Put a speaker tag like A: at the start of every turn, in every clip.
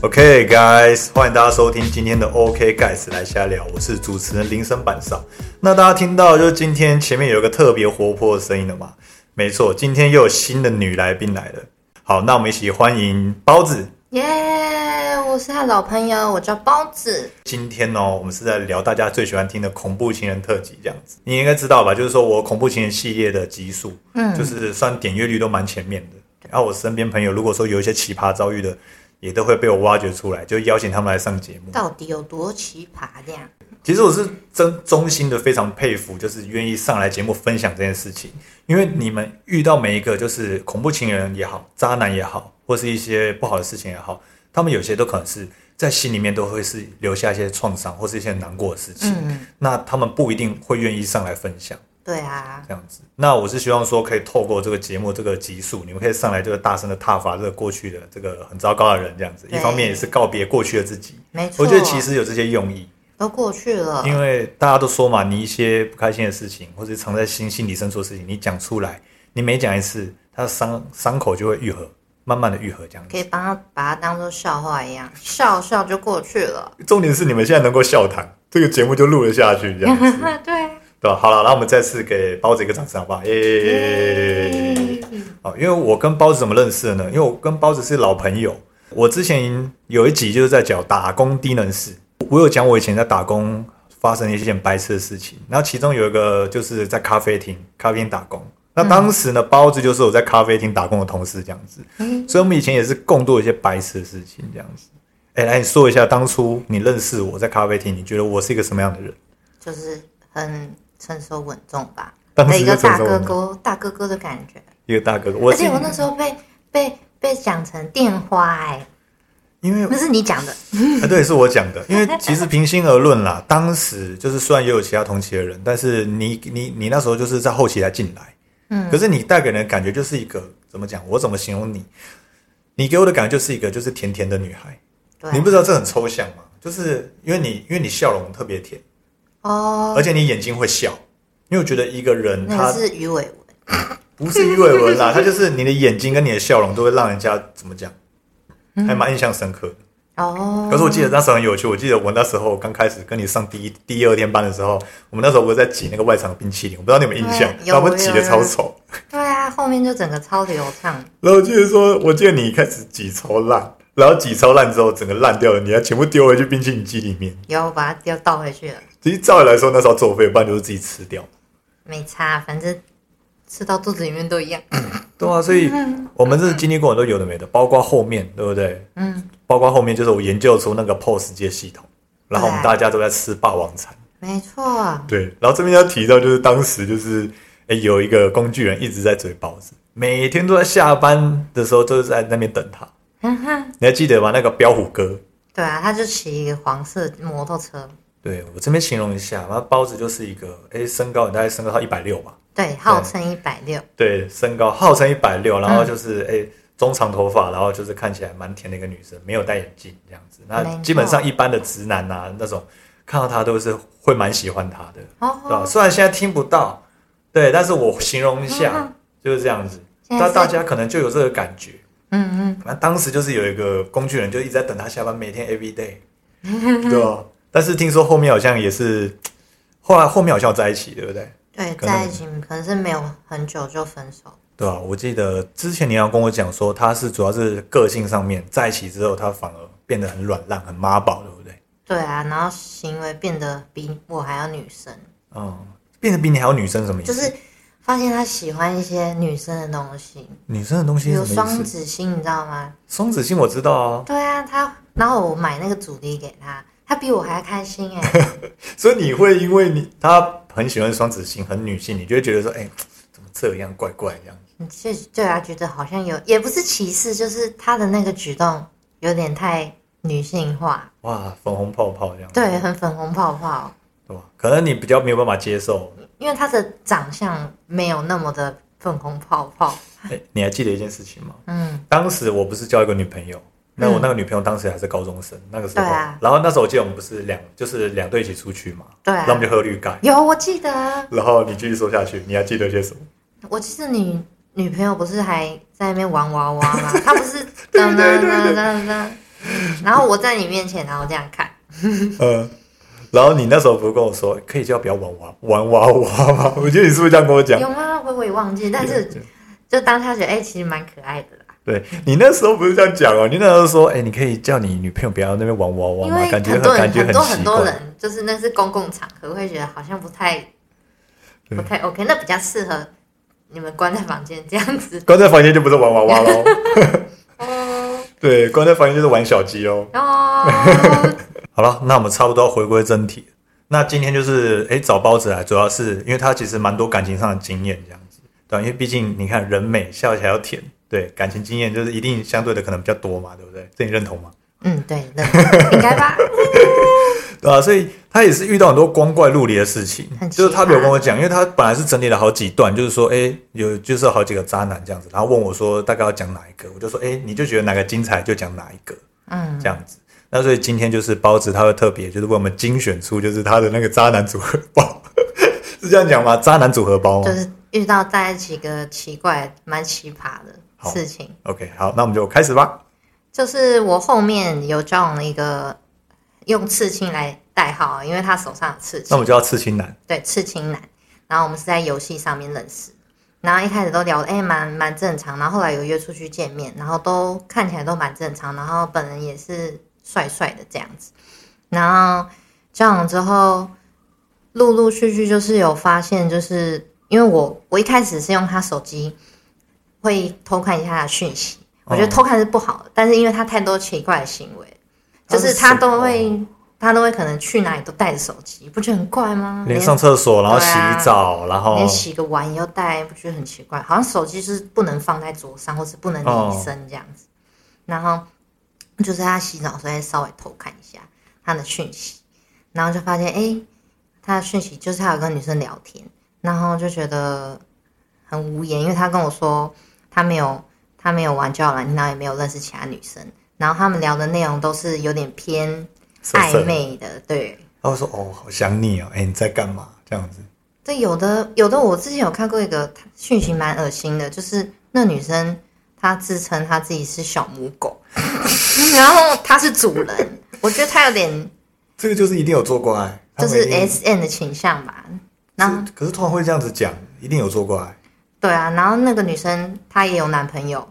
A: OK guys，欢迎大家收听今天的 OK guys 来瞎聊，我是主持人林森板少。那大家听到就是今天前面有一个特别活泼的声音了嘛？没错，今天又有新的女来宾来了。好，那我们一起欢迎包子。
B: 耶我是他老朋友，我叫包子。
A: 今天呢、我们是在聊大家最喜欢听的恐怖情人特辑，这样子你应该知道吧？就是说我恐怖情人系列的集数，嗯，就是算点阅率都蛮前面的。然、后我身边朋友如果说有一些奇葩遭遇的，也都会被我挖掘出来，就邀请他们来上节目。
B: 到底有多奇葩？这样
A: 其实我是真衷心的非常佩服，就是愿意上来节目分享这件事情，因为你们遇到每一个就是恐怖情人也好，渣男也好，或是一些不好的事情也好，他们有些都可能是在心里面都会是留下一些创伤或是一些难过的事情，
B: 嗯
A: 那他们不一定会愿意上来分享。
B: 对啊，
A: 这样子。那我是希望说，可以透过这个节目这个集数，你们可以上来就是大声的挞伐这个过去的这个很糟糕的人，这样子。一
B: 对
A: 方面也是告别过去的自己，
B: 没错。
A: 我觉得其实有这些用意，
B: 都过去了，
A: 因为大家都说嘛，你一些不开心的事情，或者藏在心心里深处的事情，你讲出来，你每讲一次，它的伤伤口就会愈合，慢慢的愈合这样
B: 可
A: 子。
B: 以帮他把它当做笑话一样，笑笑就过去了。
A: 重点是你们现在能够笑谈，这个节目就录了下去，这样子，
B: 对 啊，
A: 对吧？好了，那我们再次给包子一个掌声，好不好？耶、哦，因为我跟包子怎么认识的呢？因为我跟包子是老朋友，我之前有一集就是在讲打工低能事，我有讲我以前在打工发生一些很白痴的事情，然后其中有一个就是在咖啡厅，咖啡厅打工。那当时呢，包子就是我在咖啡厅打工的同事，这样子，所以我们以前也是共度一些白痴的事情，这样子。哎，来你说一下，当初你认识我在咖啡厅，你觉得我是一个什么样的人？
B: 就是很成熟稳重吧
A: 当
B: 的
A: 时
B: 一
A: 就
B: 个
A: 成
B: 大
A: 熟
B: 哥
A: 稳重
B: 哥，大哥哥的感觉。
A: 一个大哥哥，我
B: 而
A: 是
B: 且我那时候被被被讲成电花、哎，
A: 因为
B: 那是你讲的，
A: 啊，对，是我讲的。因为其实平心而论啦，当时就是虽然也有其他同期的人，但是你你你那时候就是在后期才进来，嗯，可是你带给人的感觉就是一个怎么讲？我怎么形容你？你给我的感觉就是一个就是甜甜的女孩。
B: 对啊
A: 你不知道这很抽象吗？就是因为你因为你笑容特别甜，
B: 哦，
A: 而且你眼睛会笑，因为我觉得一个人
B: 那
A: 呃
B: 个
A: 他
B: 是鱼尾纹，
A: 不是鱼尾 纹啦，他就是你的眼睛跟你的笑容都会让人家怎么讲，
B: 嗯
A: 还蛮印象深刻的。
B: 哦，
A: 可是我记得那时候很有趣，我记得我那时候刚开始跟你上第一、第二天班的时候，我们那时候不是在挤那个外场冰淇淋，我不知道你们有没有印象，
B: 对有
A: 然后我们挤的超丑。
B: 对啊，后面就整个超流畅，
A: 然后我记得说，我记得你一开始挤超烂，然后挤超烂之后，整个烂掉了，你还全部丢回去冰淇淋机里面。
B: 然后把它丢倒回去了，
A: 其实照理来说，那时候作废，不然就是自己吃
B: 嗯
A: 掉。
B: 没差，反正吃到肚子里面都一样。
A: 对啊，所以我们这经历过很多有的没的，包括后面，对不对？
B: 嗯，
A: 包括后面就是我研究出那个 POS 机系统，然后我们大家都在吃霸王餐。
B: 没错，
A: 对，然后这边要提到就是当时就是，哎，有一个工具人一直在追包子，每天都在下班的时候都是在那边等他。
B: 嗯
A: 你还记得吗？那个彪虎哥，
B: 对啊，他就骑一个黄色摩托车，
A: 对我这边形容一下，然后包子就是一个，哎，身高大概身高到一百六吧，
B: 对，号称一百六，
A: 对，身高号称一百
B: 嗯
A: 六，然后就是哎、诶中长头发，然后就是看起来蛮甜的一个女生，没有戴眼镜这样子。那
B: 没错
A: 基本上一般的直男啊，那种看到她都是会蛮喜欢她的，
B: 哦
A: 对吧？虽然现在听不到，对，但是我形容一下、就是这样子，
B: 嗯现在
A: 那
B: 是
A: 大家可能就有这个感觉。
B: 嗯嗯，
A: 那当时就是有一个工具人，就一直在等他下班，每天 every day，对吧？但是听说后面好像也是，后来后面好像有在一起，对不对？
B: 对，
A: 可能
B: 在一起可能是没有很久就分手，
A: 对啊，我记得之前你要跟我讲说，他是主要是个性上面，在一起之后，他反而变得很软烂，很妈宝，对不对？
B: 对啊，然后行为变得比我还要女生，
A: 嗯，变得比你还有女生什么意思？
B: 就是发现他喜欢一些女生的东西，
A: 女生的东西
B: 比如
A: 是什么
B: 双
A: 意思？
B: 子星，你知道吗？
A: 双子星我知道啊，
B: 对啊，他，然后我买那个主题给他，他比我还开心哎、
A: 所以你会因为你他很喜欢双子星，很女性，你就会觉得说，哎、怎么这样怪怪这样？
B: 嗯确实对啊，觉得好像有，也不是歧视，就是他的那个举动有点太女性化，
A: 哇，粉红泡泡这样，
B: 对，很粉红泡泡，
A: 对吧？可能你比较没有办法接受。
B: 因为他的长相没有那么的粉红泡泡，
A: 哎、你还记得一件事情吗？
B: 嗯，
A: 当时我不是交一个女朋友，那我那个女朋友当时还是高中生，那个时
B: 对
A: 候，
B: 啊
A: 然后那时候我记得我们不是两就是两队一起出去嘛，
B: 对啊
A: 然后我们就喝绿盖，
B: 有我记得，啊
A: 然后你继续说下去，你还记得些什么？
B: 我记得你 女朋友不是还在那边玩娃娃吗？她不是
A: 对对对
B: 噔噔
A: 对
B: 噔噔噔然后我在你面前，然后这样看，
A: 呃，然后你那时候不是跟我说，可以叫不要玩娃玩娃娃吗？我觉得你是不是这样跟我讲？
B: 有吗？我我也忘记，但是就当下觉得，哎、其实蛮可爱的啦。
A: 对你那时候不是这样讲哦，你那时候说，哎、你可以叫你女朋友不要那边玩娃娃
B: 因
A: 吗？
B: 为
A: 感觉
B: 很多人
A: 感觉
B: 很多
A: 奇
B: 很多
A: 怪。
B: 人，就是那是公共场合，会觉得好像不太不太 OK，那比较适合你们关在房间这样 子。
A: 关在房间就不是玩娃娃喽，
B: 哦
A: 对，关在房间就是玩小鸡喽。
B: 哦，
A: 好了，那我们差不多回归正题。那今天就是哎、诶找包子来，主要是因为他其实蛮多感情上的经验这样子，对啊，因为毕竟你看人美笑起来要甜，对，感情经验就是一定相对的可能比较多嘛，对不对？这你认同吗？
B: 嗯，对， 那应该吧。
A: 对啊，所以他也是遇到很多光怪陆离的事情
B: 很，奇葩
A: 就是他没有跟我讲，因为他本来是整理了好几段，就是说，哎、有就是有好几个渣男这样子，然后问我说大概要讲哪一个，我就说，哎、你就觉得哪个精彩就讲哪一个，
B: 嗯，
A: 这样子。那所以今天就是包子，他会特别就是为我们精选出就是他的那个渣男组合包， 是这样讲吗？渣男组合包吗、
B: 就是遇到在几个奇怪、蛮奇葩的事情。
A: o k 好，那我们就开始吧。
B: 就是我后面有交往了一个用刺青来代号，因为他手上有刺
A: 那
B: 青
A: 我，们就要刺青男，
B: 对，刺青男。然后我们是在游戏上面认识，然后一开始都聊得哎蛮蛮正常，然后后来有约出去见面，然后都看起来都蛮正常，然后本人也是帅帅的这样子。然后交往之后，陆陆续续就是有发现，就是因为我我一开始是用他手机会偷看一下他的讯息，我觉得偷看是不好的，但是因为他太多奇怪的行为，就是他都会他都会可能去哪里都带着手机，不觉得很怪吗？
A: 连上厕所，然后洗
B: 嗯对啊
A: 澡，然后
B: 连洗个碗也要带，不觉得很奇怪？好像手机是不能放在桌上，或是不能
A: 哦
B: 离身这样子。然后就是他洗澡的时候，稍微偷看一下他的讯息，然后就发现，哎、他的讯息就是他有跟女生聊天，然后就觉得很无言，因为他跟我说他没有他没有玩交友软件，然后也没有认识其他女生，然后他们聊的内容都是有点偏
A: 色色
B: 暧，昧的，对。
A: 他会说哦，好想你哦，哎、你在干嘛？这样子，
B: 对，有的有的，我之前有看过一个讯息蛮恶心的，就是那女生她自称她自己是小母狗，然后她是主人，我觉得她有点
A: 这个就是一定有做过爱，他
B: 就
A: 们
B: 是
A: 一定
B: S N 的倾向吧。然后
A: 是可是通常会这样子讲，一定有做过爱，
B: 对啊，然后那个女生她也有男朋友，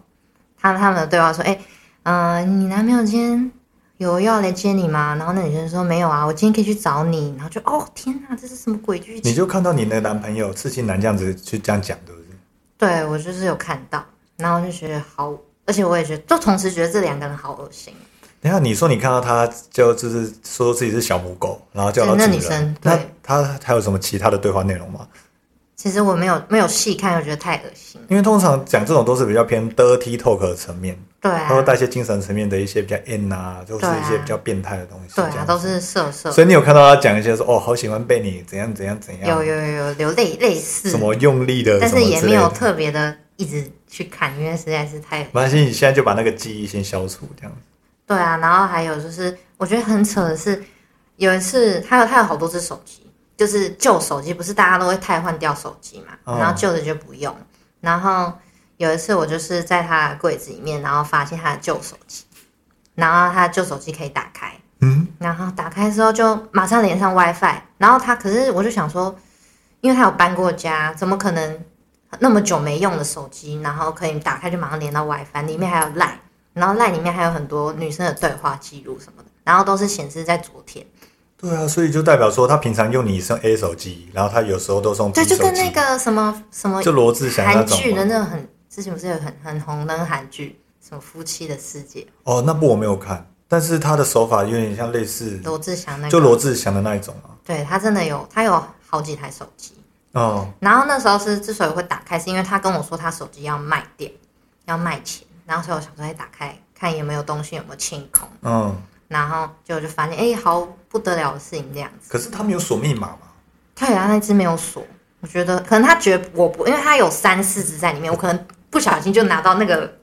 B: 她他们的对话说，哎、呃，你男朋友今天有要来接你吗？然后那女生说没有啊，我今天可以去找你。然后就哦天哪，这是什么鬼剧情
A: 你？就看到你的男朋友刺青男这样子去这样讲，对不对？
B: 对我就是有看到，然后就觉得好，而且我也觉得，就同时觉得这两个人好恶心。哦
A: 等一下，你说你看到他就就是说自己是小母狗，然后叫他
B: 对哎那
A: 主
B: 女生
A: 人，
B: 对
A: 那他还有什么其他的对话内容吗？
B: 其实我没有没有细看，我觉得太恶心。
A: 因为通常讲这种都是比较偏 dirty talk 的层面，
B: 对
A: 他会
B: 啊，
A: 带一些精神层面的一些比较 in 啊，就是
B: 对啊
A: 一些比较变态的东西。
B: 对
A: 这
B: 啊，
A: 样
B: 都。是色色。
A: 所以你有看到他讲一些说哦，好喜欢被你怎样怎样怎样，
B: 有有有有有类类似
A: 什，么用力的，
B: 但
A: 什
B: 是
A: 么
B: 也
A: 之
B: 没
A: 类
B: 有
A: 的。
B: 特别的一直去看，因为实在是太……
A: 没关系，你现在就把那个记忆先消除，这样子。
B: 对啊。然后还有就是，我觉得很扯的是，有一次他有他有好多只手机，就是旧手机，不是大家都会汰换掉手机嘛，
A: 哦
B: 然后旧的就不用。然后有一次我就是在他的柜子里面，然后发现他的旧手机，然后他的旧手机可以打开，
A: 嗯，
B: 然后打开之后就马上连上 WiFi，然后他可是我就想说，因为他有搬过家，怎么可能那么久没用的手机，然后可以打开就马上连到 WiFi，里面还有 Line，然后 Line 里面还有很多女生的对话记录什么的，然后都是显示在昨天，
A: 对啊，所以就代表说他平常用你是用 A 手机，然后他有时候都是用 B
B: 对，
A: 手机，
B: 就跟那个什么什么
A: 就罗志祥那
B: 韩
A: 种
B: 剧
A: 吗
B: 的那种很之前不是有很很红的那个韩剧什么夫妻的世界，
A: 哦，那部我没有看，但是他的手法有点像类似，
B: 罗志祥那个，
A: 就罗志祥的那一种啊。
B: 对他真的有他有好几台手机。
A: 哦，
B: 然后那时候是之所以会打开，是因为他跟我说他手机要卖掉，要卖钱，然后所以我想说，哎，打开看有没有东西，有没有清空，
A: 嗯，
B: 然后结果就发现，哎，好不得了的事情这样子。
A: 可是他没有锁密码嘛？
B: 他原来那只没有锁，我觉得可能他觉得我不，因为他有三四只在里面，我可能不小心就拿到那个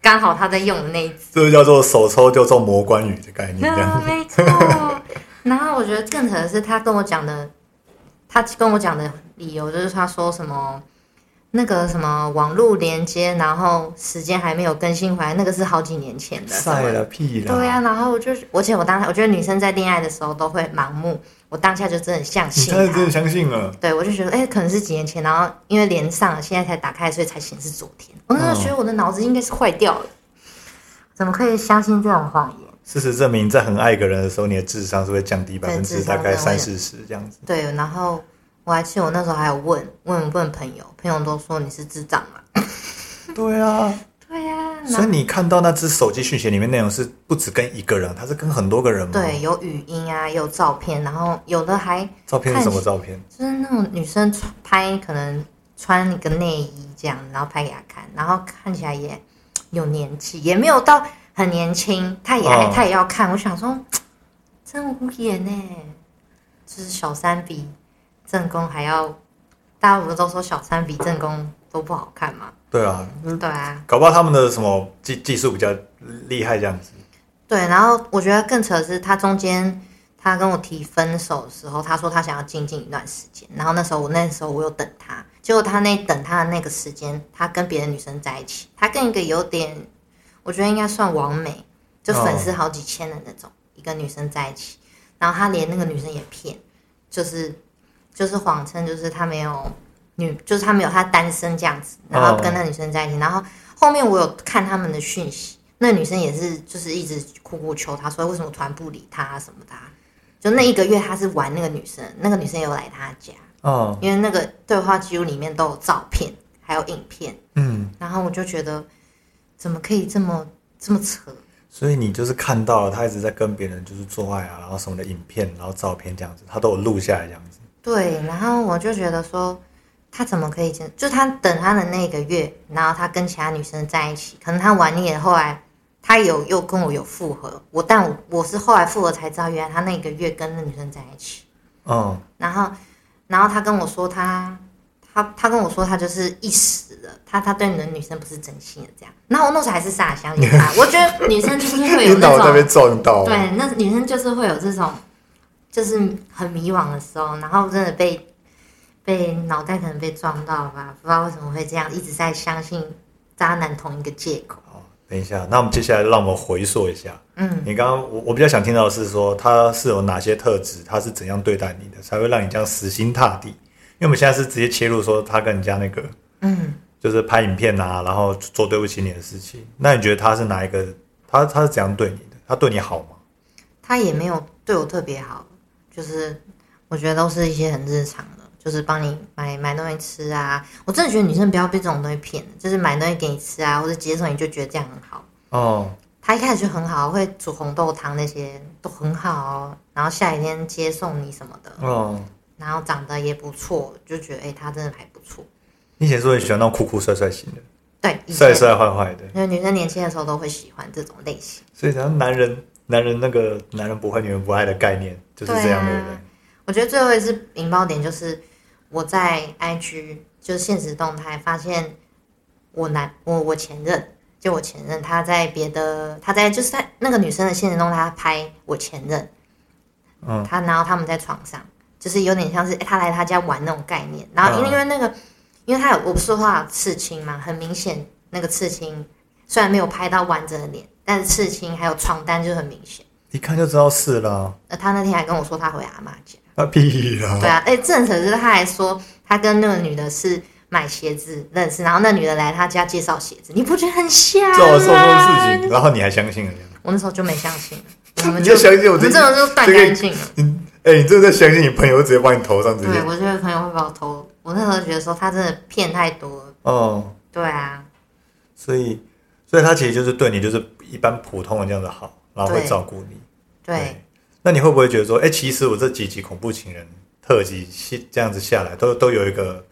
B: 刚好他在用的那一只。
A: 这就叫做手抽就中魔关羽的概念， 这样。
B: 啊，没错。然后我觉得更扯的是，他跟我讲的，他跟我讲的理由就是他说什么，那个什么网络连接，然后时间还没有更新回来，那个是好几年前的。
A: 晒了屁啦！
B: 对啊呀、然后我就，而且我当下，我觉得女生在恋爱的时候都会盲目，我当下就真的相
A: 你
B: 信啊
A: 真的真的
B: 他。
A: 相信了？
B: 对，我就觉得，哎、可能是几年前，然后因为连上了，现在才打开，所以才显示昨天。我那时候觉得我的脑子应该是坏掉了，怎么可以相信这种谎言？
A: 事实证明，在很爱一个人的时候，你的智商是会降低百
B: 对
A: 分
B: 智
A: 之
B: 商
A: 大概
B: 真的会
A: 三四十这样子。
B: 对，然后我还记得我那时候还有问问问朋友，朋友都说你是智障嘛。
A: 对啊，
B: 对呀、然
A: 所
B: 后
A: 以你看到那只手机讯息里面内容是不止跟一个人，它是跟很多个人吗？，
B: 对，有语音啊，有照片，然后有的还
A: 照片是什么照片？
B: 就是那种女生穿拍，可能穿一个内衣这样，然后拍给他看，然后看起来也有年纪，也没有到很年轻，他也爱、
A: 嗯
B: 他也要看。我想说，嗯真无言呢、就是小三比正宫还要，大家不是都说小三比正宫都不好看吗？
A: 对啊，
B: 对啊，
A: 搞不好他们的什么技技术比较厉害这样子。
B: 对。然后我觉得更扯的是，他中间他跟我提分手的时候，他说他想要静静一段时间。然后那时候我那时候我有等他，结果他那等他的那个时间，他跟别的女生在一起，他跟一个有点，我觉得应该算完美，就粉丝好几千的那种、一个女生在一起，然后他连那个女生也骗，就是就是谎称就是他没有女，就是他没有他单身这样子，然后跟那女生在一起，然后后面我有看他们的讯息，那女生也是就是一直苦苦求他说为什么突然不理他、什么的啊、就那一个月他是玩那个女生，那个女生也有来他家，
A: 嗯
B: 因为那个对话记录里面都有照片还有影片，
A: 嗯，
B: 然后我就觉得怎么可以这么这么扯？
A: 所以你就是看到了他一直在跟别人就是做爱啊，然后什么的影片，然后照片这样子，他都有录下来这样子。
B: 对，然后我就觉得说，他怎么可以这样？就他等他的那个月，然后他跟其他女生在一起，可能他玩腻了，后来他有又跟我有复合，我但我我是后来复合才知道，原来他那个月跟那女生在一起，
A: 嗯，
B: 然后然后他跟我说他他他跟我说他就是一时的，他他对你的女生不是真心的这样，然后我那时候还是傻相信他，我觉得女生就是会有 那
A: 领导在
B: 种
A: 被撞到。
B: 对，那女生就是会有这种，就是很迷惘的时候，然后真的被被脑袋可能被撞到吧，不知道为什么会这样，一直在相信渣男同一个借口。
A: 好，等一下，那我们接下来让我们回溯一下。
B: 嗯，
A: 你刚刚我我比较想听到的是说他是有哪些特质，他是怎样对待你的，才会让你这样死心塌地？因为我们现在是直接切入说他跟人家那个，
B: 嗯，
A: 就是拍影片啊，然后做对不起你的事情。那你觉得他是哪一个？他他是怎样对你的？他对你好吗？
B: 他也没有对我特别好，就是我觉得都是一些很日常的，就是帮你买买东西吃啊。我真的觉得女生不要被这种东西骗，就是买东西给你吃啊，或者接受你就觉得这样很好。
A: 哦，
B: 他一开始就很好，会煮红豆汤那些都很好哦、然后下雨天接送你什么的，
A: 哦，
B: 然后长得也不错，就觉得哎、诶他真的还不错。
A: 你以前是会喜欢那种酷酷帅帅型的，
B: 对，以
A: 帅
B: 前
A: 帅坏坏的，
B: 因为女生年轻的时候都会喜欢这种类型。
A: 所以像男人男人那个男人不坏女人不爱的概念就是这
B: 啊
A: 样，对不对？
B: 我觉得最后一次引爆点就是我在 IG 就是现实动态发现我男我我前任，就我前任他在别的他在就是在那个女生的现实动态他拍我前任，
A: 嗯，
B: 他然后他们在床上，就是有点像是、诶他来他家玩那种概念。然后因为
A: 嗯
B: 因为那个，因为他有我不是说他有刺青嘛，很明显那个刺青虽然没有拍到完整的脸，但是刺青还有床单就很明显。
A: 一看就知道是啦，
B: 那他那天还跟我说他回阿妈家，
A: 那屁啦，
B: 对啊，哎、正扯就是他还说他跟那个女的是买鞋子认识，然后那女的来他家介绍鞋子，你不觉得很像
A: 这我受这种
B: 吗？
A: 事情，然后你还相信了这样？
B: 我那时候就没相信，我们
A: 你
B: 就
A: 就相信我
B: 我们
A: 这
B: 这种就断
A: 这个
B: 干净了。
A: 哎、你真的在相信你朋友直接往你头上直
B: 对，
A: 接？
B: 我觉得朋友会把我偷。我那时候觉得说他真的骗太多了。
A: 哦，
B: 对啊，
A: 所以，所以他其实就是对你就是一般普通的这样子好，然后会
B: 对
A: 照顾你。
B: 对，
A: 那你会不会觉得说，哎、其实我这几集恐怖情人特辑系这样子下来，都都有一个，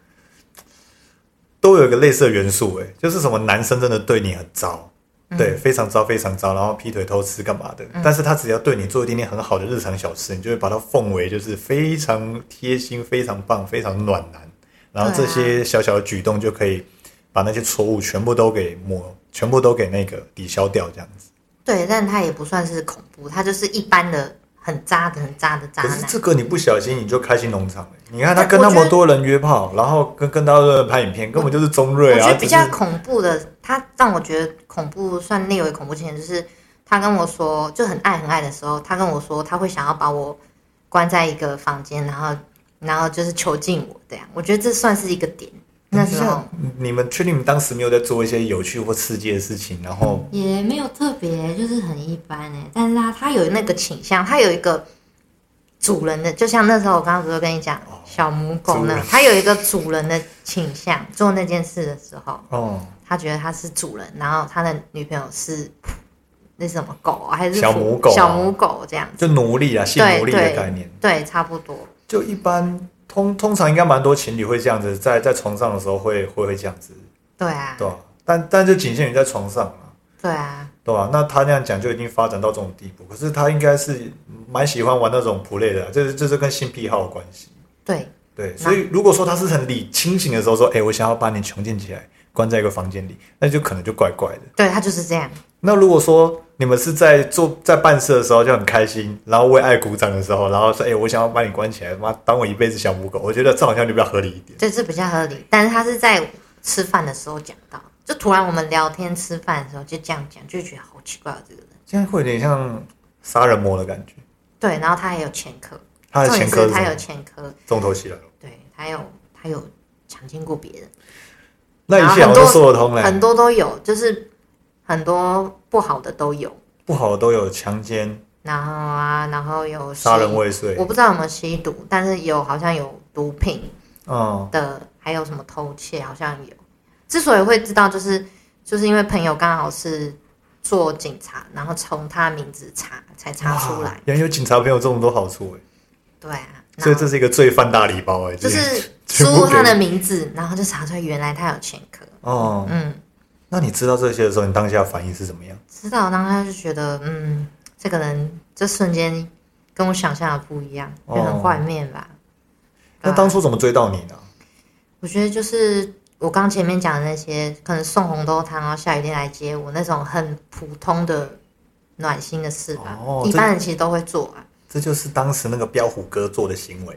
A: 都有一个类似的元素、哎，就是什么男生真的对你很糟，
B: 嗯
A: 对，非常糟，非常糟，然后劈腿、偷吃干嘛的？但是他只要对你做一点点很好的日常小事，你就会把它奉为就是非常贴心、非常棒、非常暖男，然后
B: 对
A: 这
B: 啊
A: 些小小的举动就可以把那些错误全部都给抹，全部都给那个抵消掉，这样子。
B: 对，但他也不算是恐怖，他就是一般的很渣的、很渣的渣
A: 可
B: 男
A: 是。这个你不小心你就开心农场了。你看他
B: 但
A: 跟
B: 我
A: 那
B: 觉
A: 么
B: 得
A: 多人约炮，然后跟跟到人拍影片，根本就是
B: 我
A: 中瑞
B: 觉
A: 啊，
B: 得
A: 只
B: 比
A: 是
B: 较恐怖的，他让我觉得恐怖，算列为恐怖情人，就是他跟我说就很爱很爱的时候，他跟我说他会想要把我关在一个房间，然后然后就是囚禁我这样。我觉得这算是一个点。那时候
A: 你们确定你们当时没有在做一些有趣或刺激的事情，然后
B: 也没有特别，就是很一般哎、但是他他有那个倾向，他有一个主人的，就像那时候我刚刚不是跟你讲小母狗
A: 哦主
B: 呢
A: 人，
B: 他有一个主人的倾向。做那件事的时候，
A: 哦，
B: 他觉得他是主人，然后他的女朋友是那什么狗啊还是
A: 小母狗啊
B: 小母狗这样子。
A: 就奴隶啊，性奴隶的概念，
B: 对，差不多。
A: 就一般通通常应该蛮多情侣会这样子，在在床上的时候会会会这样子，
B: 对啊，
A: 对吧、但但就仅限于在床上啊，
B: 对啊，
A: 对吧、那他那样讲就已经发展到这种地步，可是他应该是蛮喜欢玩那种 play 的啊、这是这是跟性癖好有关系。
B: 对
A: 对，所以如果说他是很理清醒的时候说，哎、我想要把你囚禁起来，关在一个房间里，那就可能就怪怪的。
B: 对，他就是这样。
A: 那如果说你们是在做在办事的时候就很开心，然后为爱鼓掌的时候，然后说，哎、我想要把你关起来，妈当我一辈子小母狗，我觉得这好像就比较合理一点。
B: 对，这比较合理。但是他是在吃饭的时候讲到，就突然我们聊天吃饭的时候就这样讲，就觉得好奇怪哦，这个人。
A: 现在会有点像杀人魔的感觉。
B: 对，然后他还有前科，
A: 他的
B: 重点
A: 前科
B: 是
A: 是什
B: 他有
A: 么？
B: 前科，
A: 重头戏来了。
B: 对，他有他有强奸过别人，
A: 那一切好像都说得通嘞，
B: 很多都有，就是很多不好的都有。
A: 不好的都有强奸、
B: 然后啊，然后有吸
A: 杀人未遂
B: 我，不知道有没有吸毒，但是有好像有毒品
A: 嗯，
B: 的，还有什么偷窃，好像有。之所以会知道，就是就是因为朋友刚好是做警察，然后从他名字查才查出
A: 哇
B: 来。。
A: 原来有警察朋友这么多好处哎，
B: 对啊，
A: 所以
B: 然后
A: 这是一个罪犯大礼包哎，
B: 就
A: 这
B: 是
A: 全
B: 输
A: 部
B: 入
A: 给
B: 他的名字，然后就查出来原来他有前科。
A: 哦，
B: 嗯，
A: 那你知道这些的时候，你当下反应是怎么样？
B: 知道，然后他就觉得，嗯，这个人这瞬间跟我想象的不一样，就很
A: 哦
B: 坏面吧。对
A: 那
B: 啊
A: 当初怎么追到你呢？
B: 我觉得就是我刚前面讲的那些，可能送红豆汤，然后下雨天来接我那种很普通的暖心的事吧，
A: 哦
B: 一般人其实都会做啊。
A: 这就是当时那个彪虎哥做的行为，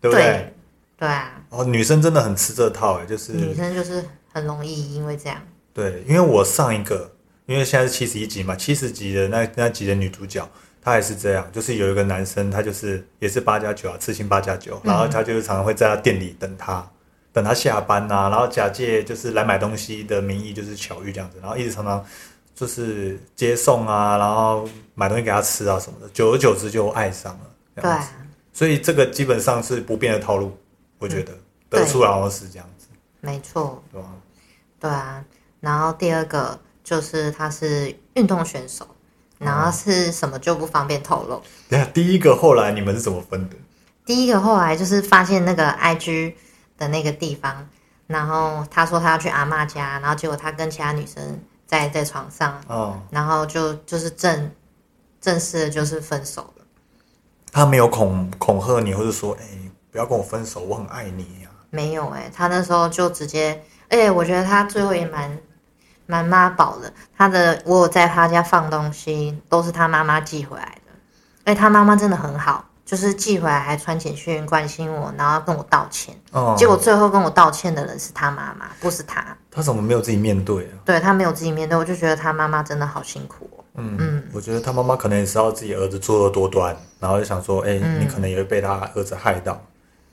A: 对不对？
B: 对，对啊，
A: 哦，女生真的很吃这套哎，就是
B: 女生就是很容易因为这样，
A: 对，因为我上一个，因为现在是七十一集嘛，七十集的那那集的女主角，她也是这样，就是有一个男生，他就是也是八加九啊，刺青八加九，然后他就是常常会在他店里等她，等她下班呐、然后假借就是来买东西的名义，就是巧遇这样子，然后一直常常就是接送啊，然后买东西给她吃啊什么的，久而久之就爱上了，这
B: 对
A: 样子
B: 啊，
A: 所以这个基本上是不变的套路，我觉得、得
B: 对
A: 出来好像是这样子，
B: 没错，
A: 对吧？
B: 对啊。然后第二个就是他是运动选手，然
A: 哦
B: 后是什么就不方便透露。
A: 等一下第一个后来你们是怎么分的？
B: 第一个后来就是发现那个 IG 的那个地方，然后他说他要去阿嬷家，然后结果他跟其他女生在在床上，
A: 哦。
B: 然后就就是正正式的就是分手了。
A: 他没有恐恐吓你，或者说，哎、你不要跟我分手，我很爱你啊呀、
B: 没有哎、他那时候就直接，而且我觉得他最后也蛮蛮妈宝的。他的我有在他家放东西，都是他妈妈寄回来的。哎，他妈妈真的很好，就是寄回来还传简讯关心我，然后跟我道歉。
A: 哦，
B: 结果最后跟我道歉的人是他妈妈，不是他。
A: 他怎么没有自己面对啊？
B: 对他没有自己面对，我就觉得他妈妈真的好辛苦、哦。
A: 嗯
B: 嗯
A: 我觉得他妈妈可能也知道自己儿子作恶多端，然后就想说，哎、
B: 嗯
A: 你可能也会被他儿子害到，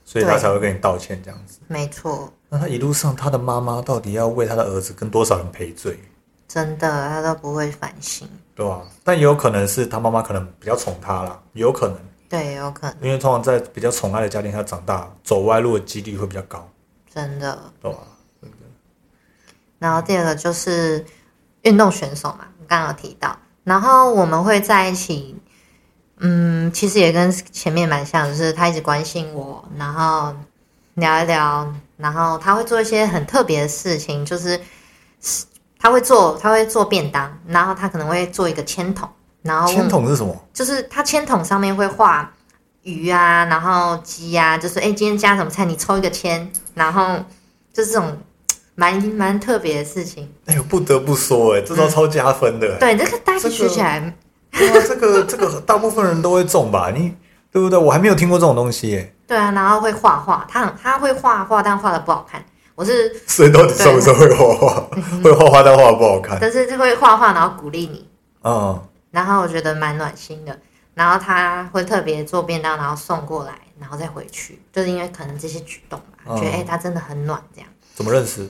A: 所以他
B: 对
A: 才会跟你道歉这样子。
B: 没错，
A: 那他一路上，他的妈妈到底要为他的儿子跟多少人赔罪，
B: 真的他都不会反省。
A: 对吧、但也有可能是他妈妈可能比较宠他啦，也有可能，
B: 对，有可能
A: 因为通常在比较宠爱的家庭下长大，走歪路的几率会比较高，
B: 真的。
A: 对吧、
B: 然后第二个就是运动选手嘛，我刚刚有提到。然后我们会在一起，嗯，其实也跟前面蛮像，就是他一直关心我，然后聊一聊，然后他会做一些很特别的事情，就是他会做他会做便当，然后他可能会做一个签筒，然后啊问我
A: 签筒是什么？
B: 就是它签筒上面会画鱼啊，然后鸡啊，就是哎、诶今天加什么菜，你抽一个签，然后就是这种蛮蛮特别的事情。嗯
A: 哎呦，不得不说、哎，这招超加分的、哎
B: 对，这个大家
A: 这个
B: 学起来
A: 对啊，这个这个大部分人都会中吧？你对不对？我还没有听过这种东西耶，
B: 对啊，然后会画画，他很他会画画，但画的不好看。我 是，
A: 所以到底算不算会画画？ 会画画但画得不好看。
B: 但是会画画，然后鼓励你，
A: 嗯，
B: 然后我觉得蛮暖心的。然后他会特别做便当，然后送过来，然后再回去，就是因为可能这些举动吧，
A: 嗯
B: 觉得哎、诶他真的很暖这样。
A: 怎么认识？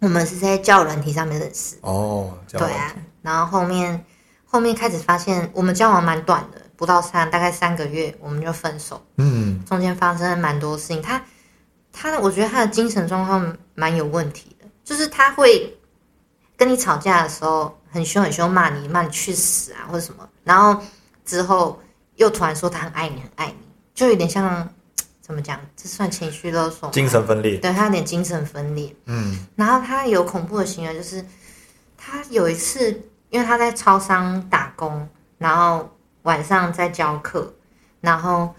B: 我们是在教人体上面认识，
A: 哦，这
B: 对
A: 样。
B: 啊。然后后面后面开始发现，我们交往蛮短的，不到三，大概三个月我们就分手，
A: 嗯，
B: 中间发生了蛮多事情。他他的，我觉得他的精神状况蛮有问题的，就是他会跟你吵架的时候很凶很凶骂你，骂你去死啊或者什么，然后之后又突然说他很爱你很爱你，就有点像怎么讲，这算情绪勒索吗？
A: 精神分裂。
B: 对他有点精神分裂。
A: 嗯
B: 然后他有恐怖的行为，就是他有一次，因为他在超商打工，然后晚上在教课，然后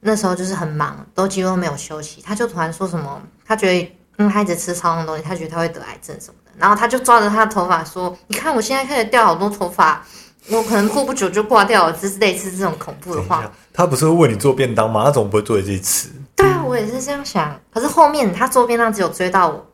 B: 那时候就是很忙，都几乎没有休息。他就突然说什么，他觉得嗯，他一直吃超重的东西，他觉得他会得癌症什么的。然后他就抓着他的头发说：“你看我现在开始掉好多头发，我可能过不久就挂掉了。”之类似这种恐怖的
A: 等一
B: 话。
A: 下，他不是会为你做便当吗？他怎么不会做给自己吃？
B: 对啊，我也是这样想。可是后面他做便当只有追到我，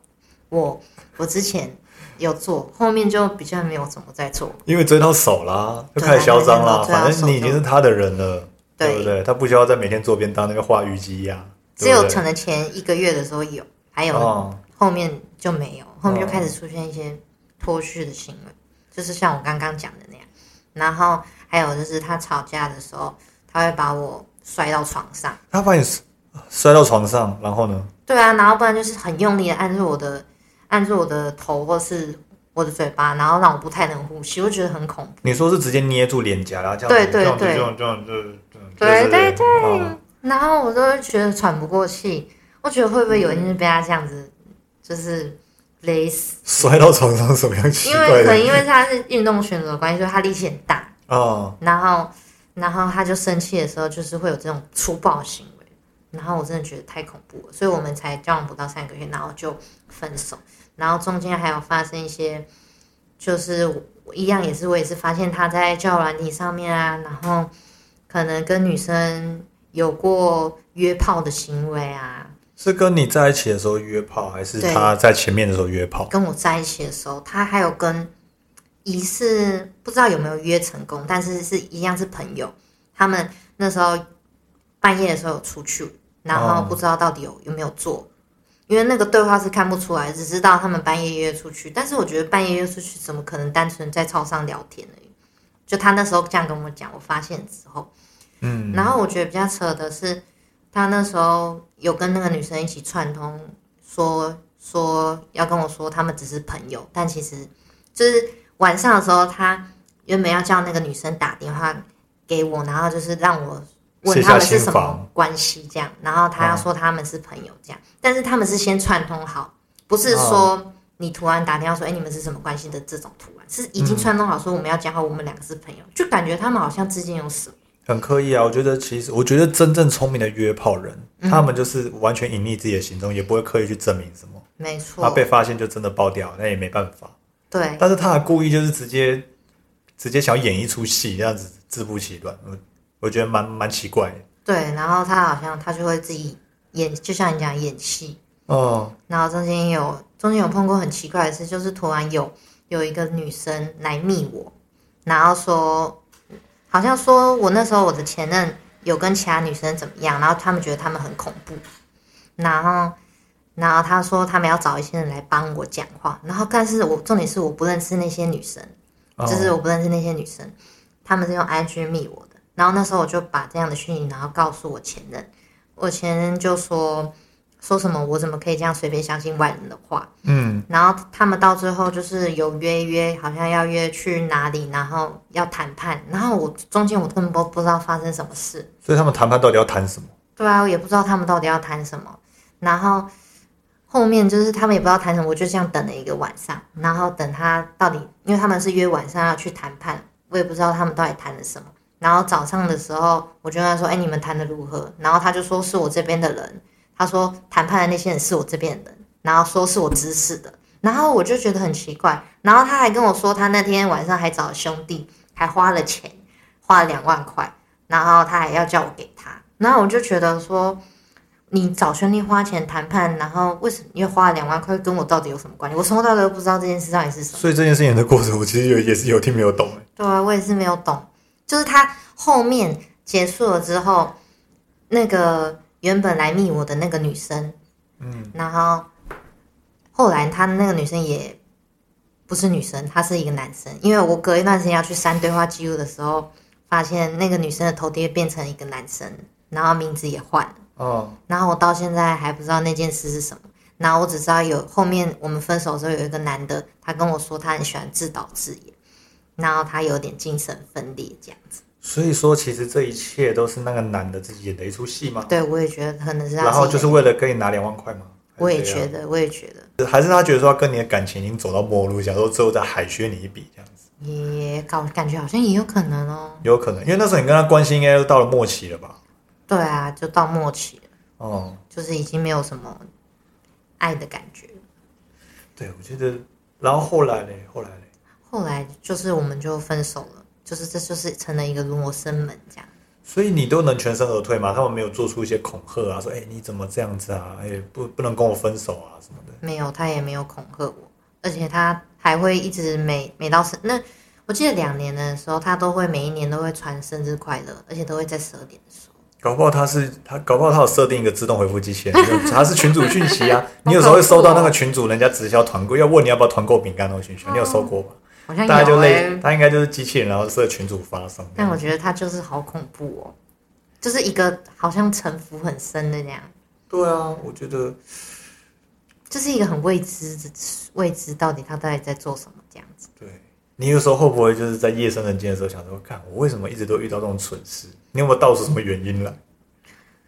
B: 我我之前有做，后面就比较没有怎么在做。
A: 因为追到手啦，就
B: 对啊
A: 开始嚣张啦。
B: 每天都追到
A: 反正你
B: 手
A: 已经是他的人了，
B: 对
A: 对不对？他不需要在每天做便当那边画虞姬呀，
B: 只有
A: 对不对
B: 存的前一个月的时候有，还有、
A: 哦，
B: 后面就没有，后面就
A: 哦
B: 开始出现一些脱序的行为，就是像我刚刚讲的那样。然后还有就是他吵架的时候，他会把我摔到床上。
A: 他把你摔到床上，然后呢？
B: 对啊，然后不然就是很用力的按住我的按住我的头或是我的嘴巴，然后让我不太能呼吸，我觉得很恐怖。
A: 你说是直接捏住脸颊，然后这样
B: 对
A: 子
B: 对对
A: 这样子这样子这样子这样
B: 对
A: 子，哦
B: 对
A: 对对，
B: 然后我都会觉得喘不过气，我觉得会不会有一天被他这样子就是勒死？
A: 摔到床上什么样奇
B: 因为
A: 怪
B: 可能
A: 的？
B: 因为他是运动选手的关系，所以他力气很大，
A: 哦，
B: 然后然后他就生气的时候就是会有这种粗暴行为，然后我真的觉得太恐怖了，所以我们才交往不到三个月，然后就分手，然后中间还有发生一些，就是我一样也是我也是发现他在交友软体上面啊，然后可能跟女生有过约炮的行为啊，
A: 是跟你在一起的时候约炮，还是
B: 对
A: 他在前面的时候约炮？
B: 跟我在一起的时候，他还有跟疑似不知道有没有约成功，但是是一样是朋友。他们那时候半夜的时候有出去，然后
A: 哦
B: 不知道到底有有没有做，因为那个对话是看不出来，只知道他们半夜约出去。但是我觉得半夜约出去怎么可能单纯在超上聊天而已？就他那时候这样跟我讲，我发现之后，
A: 嗯，
B: 然后我觉得比较扯的是，他那时候有跟那个女生一起串通，说说要跟我说他们只是朋友，但其实就是晚上的时候，他原本要叫那个女生打电话给我，然后就是让我问
A: 卸
B: 他
A: 下
B: 们是
A: 心
B: 什
A: 防哦
B: 么关系这样，然后他要说他们是朋友这样，但是他们是先串通好，不是
A: 哦
B: 说你突然打电话说哎、你们是什么关系的这种突然，是已
A: 嗯
B: 经串通好说我们要讲好我们两个是朋友，就感觉他们好像之间有什么。
A: 很刻意啊。我觉得其实，我觉得真正聪明的约炮人，
B: 嗯
A: 他们就是完全隐匿自己的行踪，也不会刻意去证明什么。
B: 没
A: 他
B: 错，
A: 被发现就真的爆掉，那也没办法。
B: 对，
A: 但是他还故意就是直接直接想演一出戏，这样子自不其短，我我觉得蛮蛮奇怪的。
B: 对，然后他好像他就会自己演，就像你讲演戏，
A: 哦，
B: 然后中间有中间有碰过很奇怪的事，就是突然有有一个女生来密我，然后说好像说我那时候我的前任有跟其他女生怎么样，然后他们觉得他们很恐怖，然后然后他说他们要找一些人来帮我讲话，然后但是我重点是我不认识那些女生。
A: 哦
B: 就是我不认识那些女生，她们是用 IG 密我的。然后那时候我就把这样的讯息，然后告诉我前任，我前任就说说什么我怎么可以这样随便相信外人的话？
A: 嗯，
B: 然后他们到最后就是有约一约，好像要约去哪里，然后要谈判。然后我中间我根本不不知道发生什么事，
A: 所以他们谈判到底要谈什么？
B: 对啊，我也不知道他们到底要谈什么。然后后面就是他们也不知道谈什么，我就这样等了一个晚上，然后等他到底，因为他们是约晚上要去谈判，我也不知道他们到底谈了什么。然后早上的时候，我就跟他说：“哎，你们谈的如何？”然后他就说是我这边的人，他说谈判的那些人是我这边的人，然后说是我指使的。然后我就觉得很奇怪，然后他还跟我说，他那天晚上还找兄弟还花了钱，花了两万块，然后他还要叫我给他，然后我就觉得说，你找权利花钱谈判，然后为什么又花了两万块，跟我到底有什么关系？我从头到尾都不知道这件事到底是什么。
A: 所以这件事情的过程，我其实有也是有听没有懂。
B: 对啊，我也是没有懂，就是他后面结束了之后，那个原本来密我的那个女生，嗯，然后后来他那个女生也不是女生，她是一个男生，因为我隔一段时间要去删对话记录的时候，发现那个女生的头贴变成一个男生，然后名字也换了，
A: 哦，
B: 然后我到现在还不知道那件事是什么。然后我只知道有后面我们分手的时候有一个男的，他跟我说他很喜欢自导自演，然后他有点精神分裂这样子。
A: 所以说其实这一切都是那个男的自己演的一出戏吗？
B: 对，我也觉得可能是他。啊
A: 然后就是，为了可以拿两万块吗？
B: 我也
A: 得。
B: 觉得，我也觉得，
A: 还是他觉得说他跟你的感情已经走到末路，想说之后再海削你一笔这样子，
B: 也搞感觉好像也有可能哦。
A: 有可能，因为那时候你跟他关系应该都到了末期了吧？
B: 对啊，就到末期了，
A: 哦，
B: 就是已经没有什么爱的感觉了。
A: 对，我觉得，然后后来嘞，后来嘞，
B: 后来就是我们就分手了，就是这就是成了一个罗生门这样。
A: 所以你都能全身而退吗？他们没有做出一些恐吓啊，说哎、你怎么这样子啊，哎、不不能跟我分手啊什么的。
B: 没有，他也没有恐吓我，而且他还会一直每每到生那，我记得两年的时候，他都会每一年都会传生日快乐，而且都会在十二点的时候。
A: 搞不好他是他，搞不好他有设定一个自动回复机器人， 就他是群主讯息啊，你有时候会收到那个群主人家直销团购，要问你要不要团购饼干那种讯息，你有收过吗？
B: 好像
A: 大概就
B: 哦有哎、
A: 类，他应该就是机器人，然后设群主发送。
B: 但我觉得他就是好恐怖哦，就是一个好像城府很深的那样，
A: 对啊，
B: 嗯
A: 我觉得
B: 就是一个很未知的未知，到底他到底在做什么这样子。
A: 对。你有时候会不会就是在夜深人静的时候想说，看我为什么一直都遇到这种蠢事？你有没有道出什么原因来？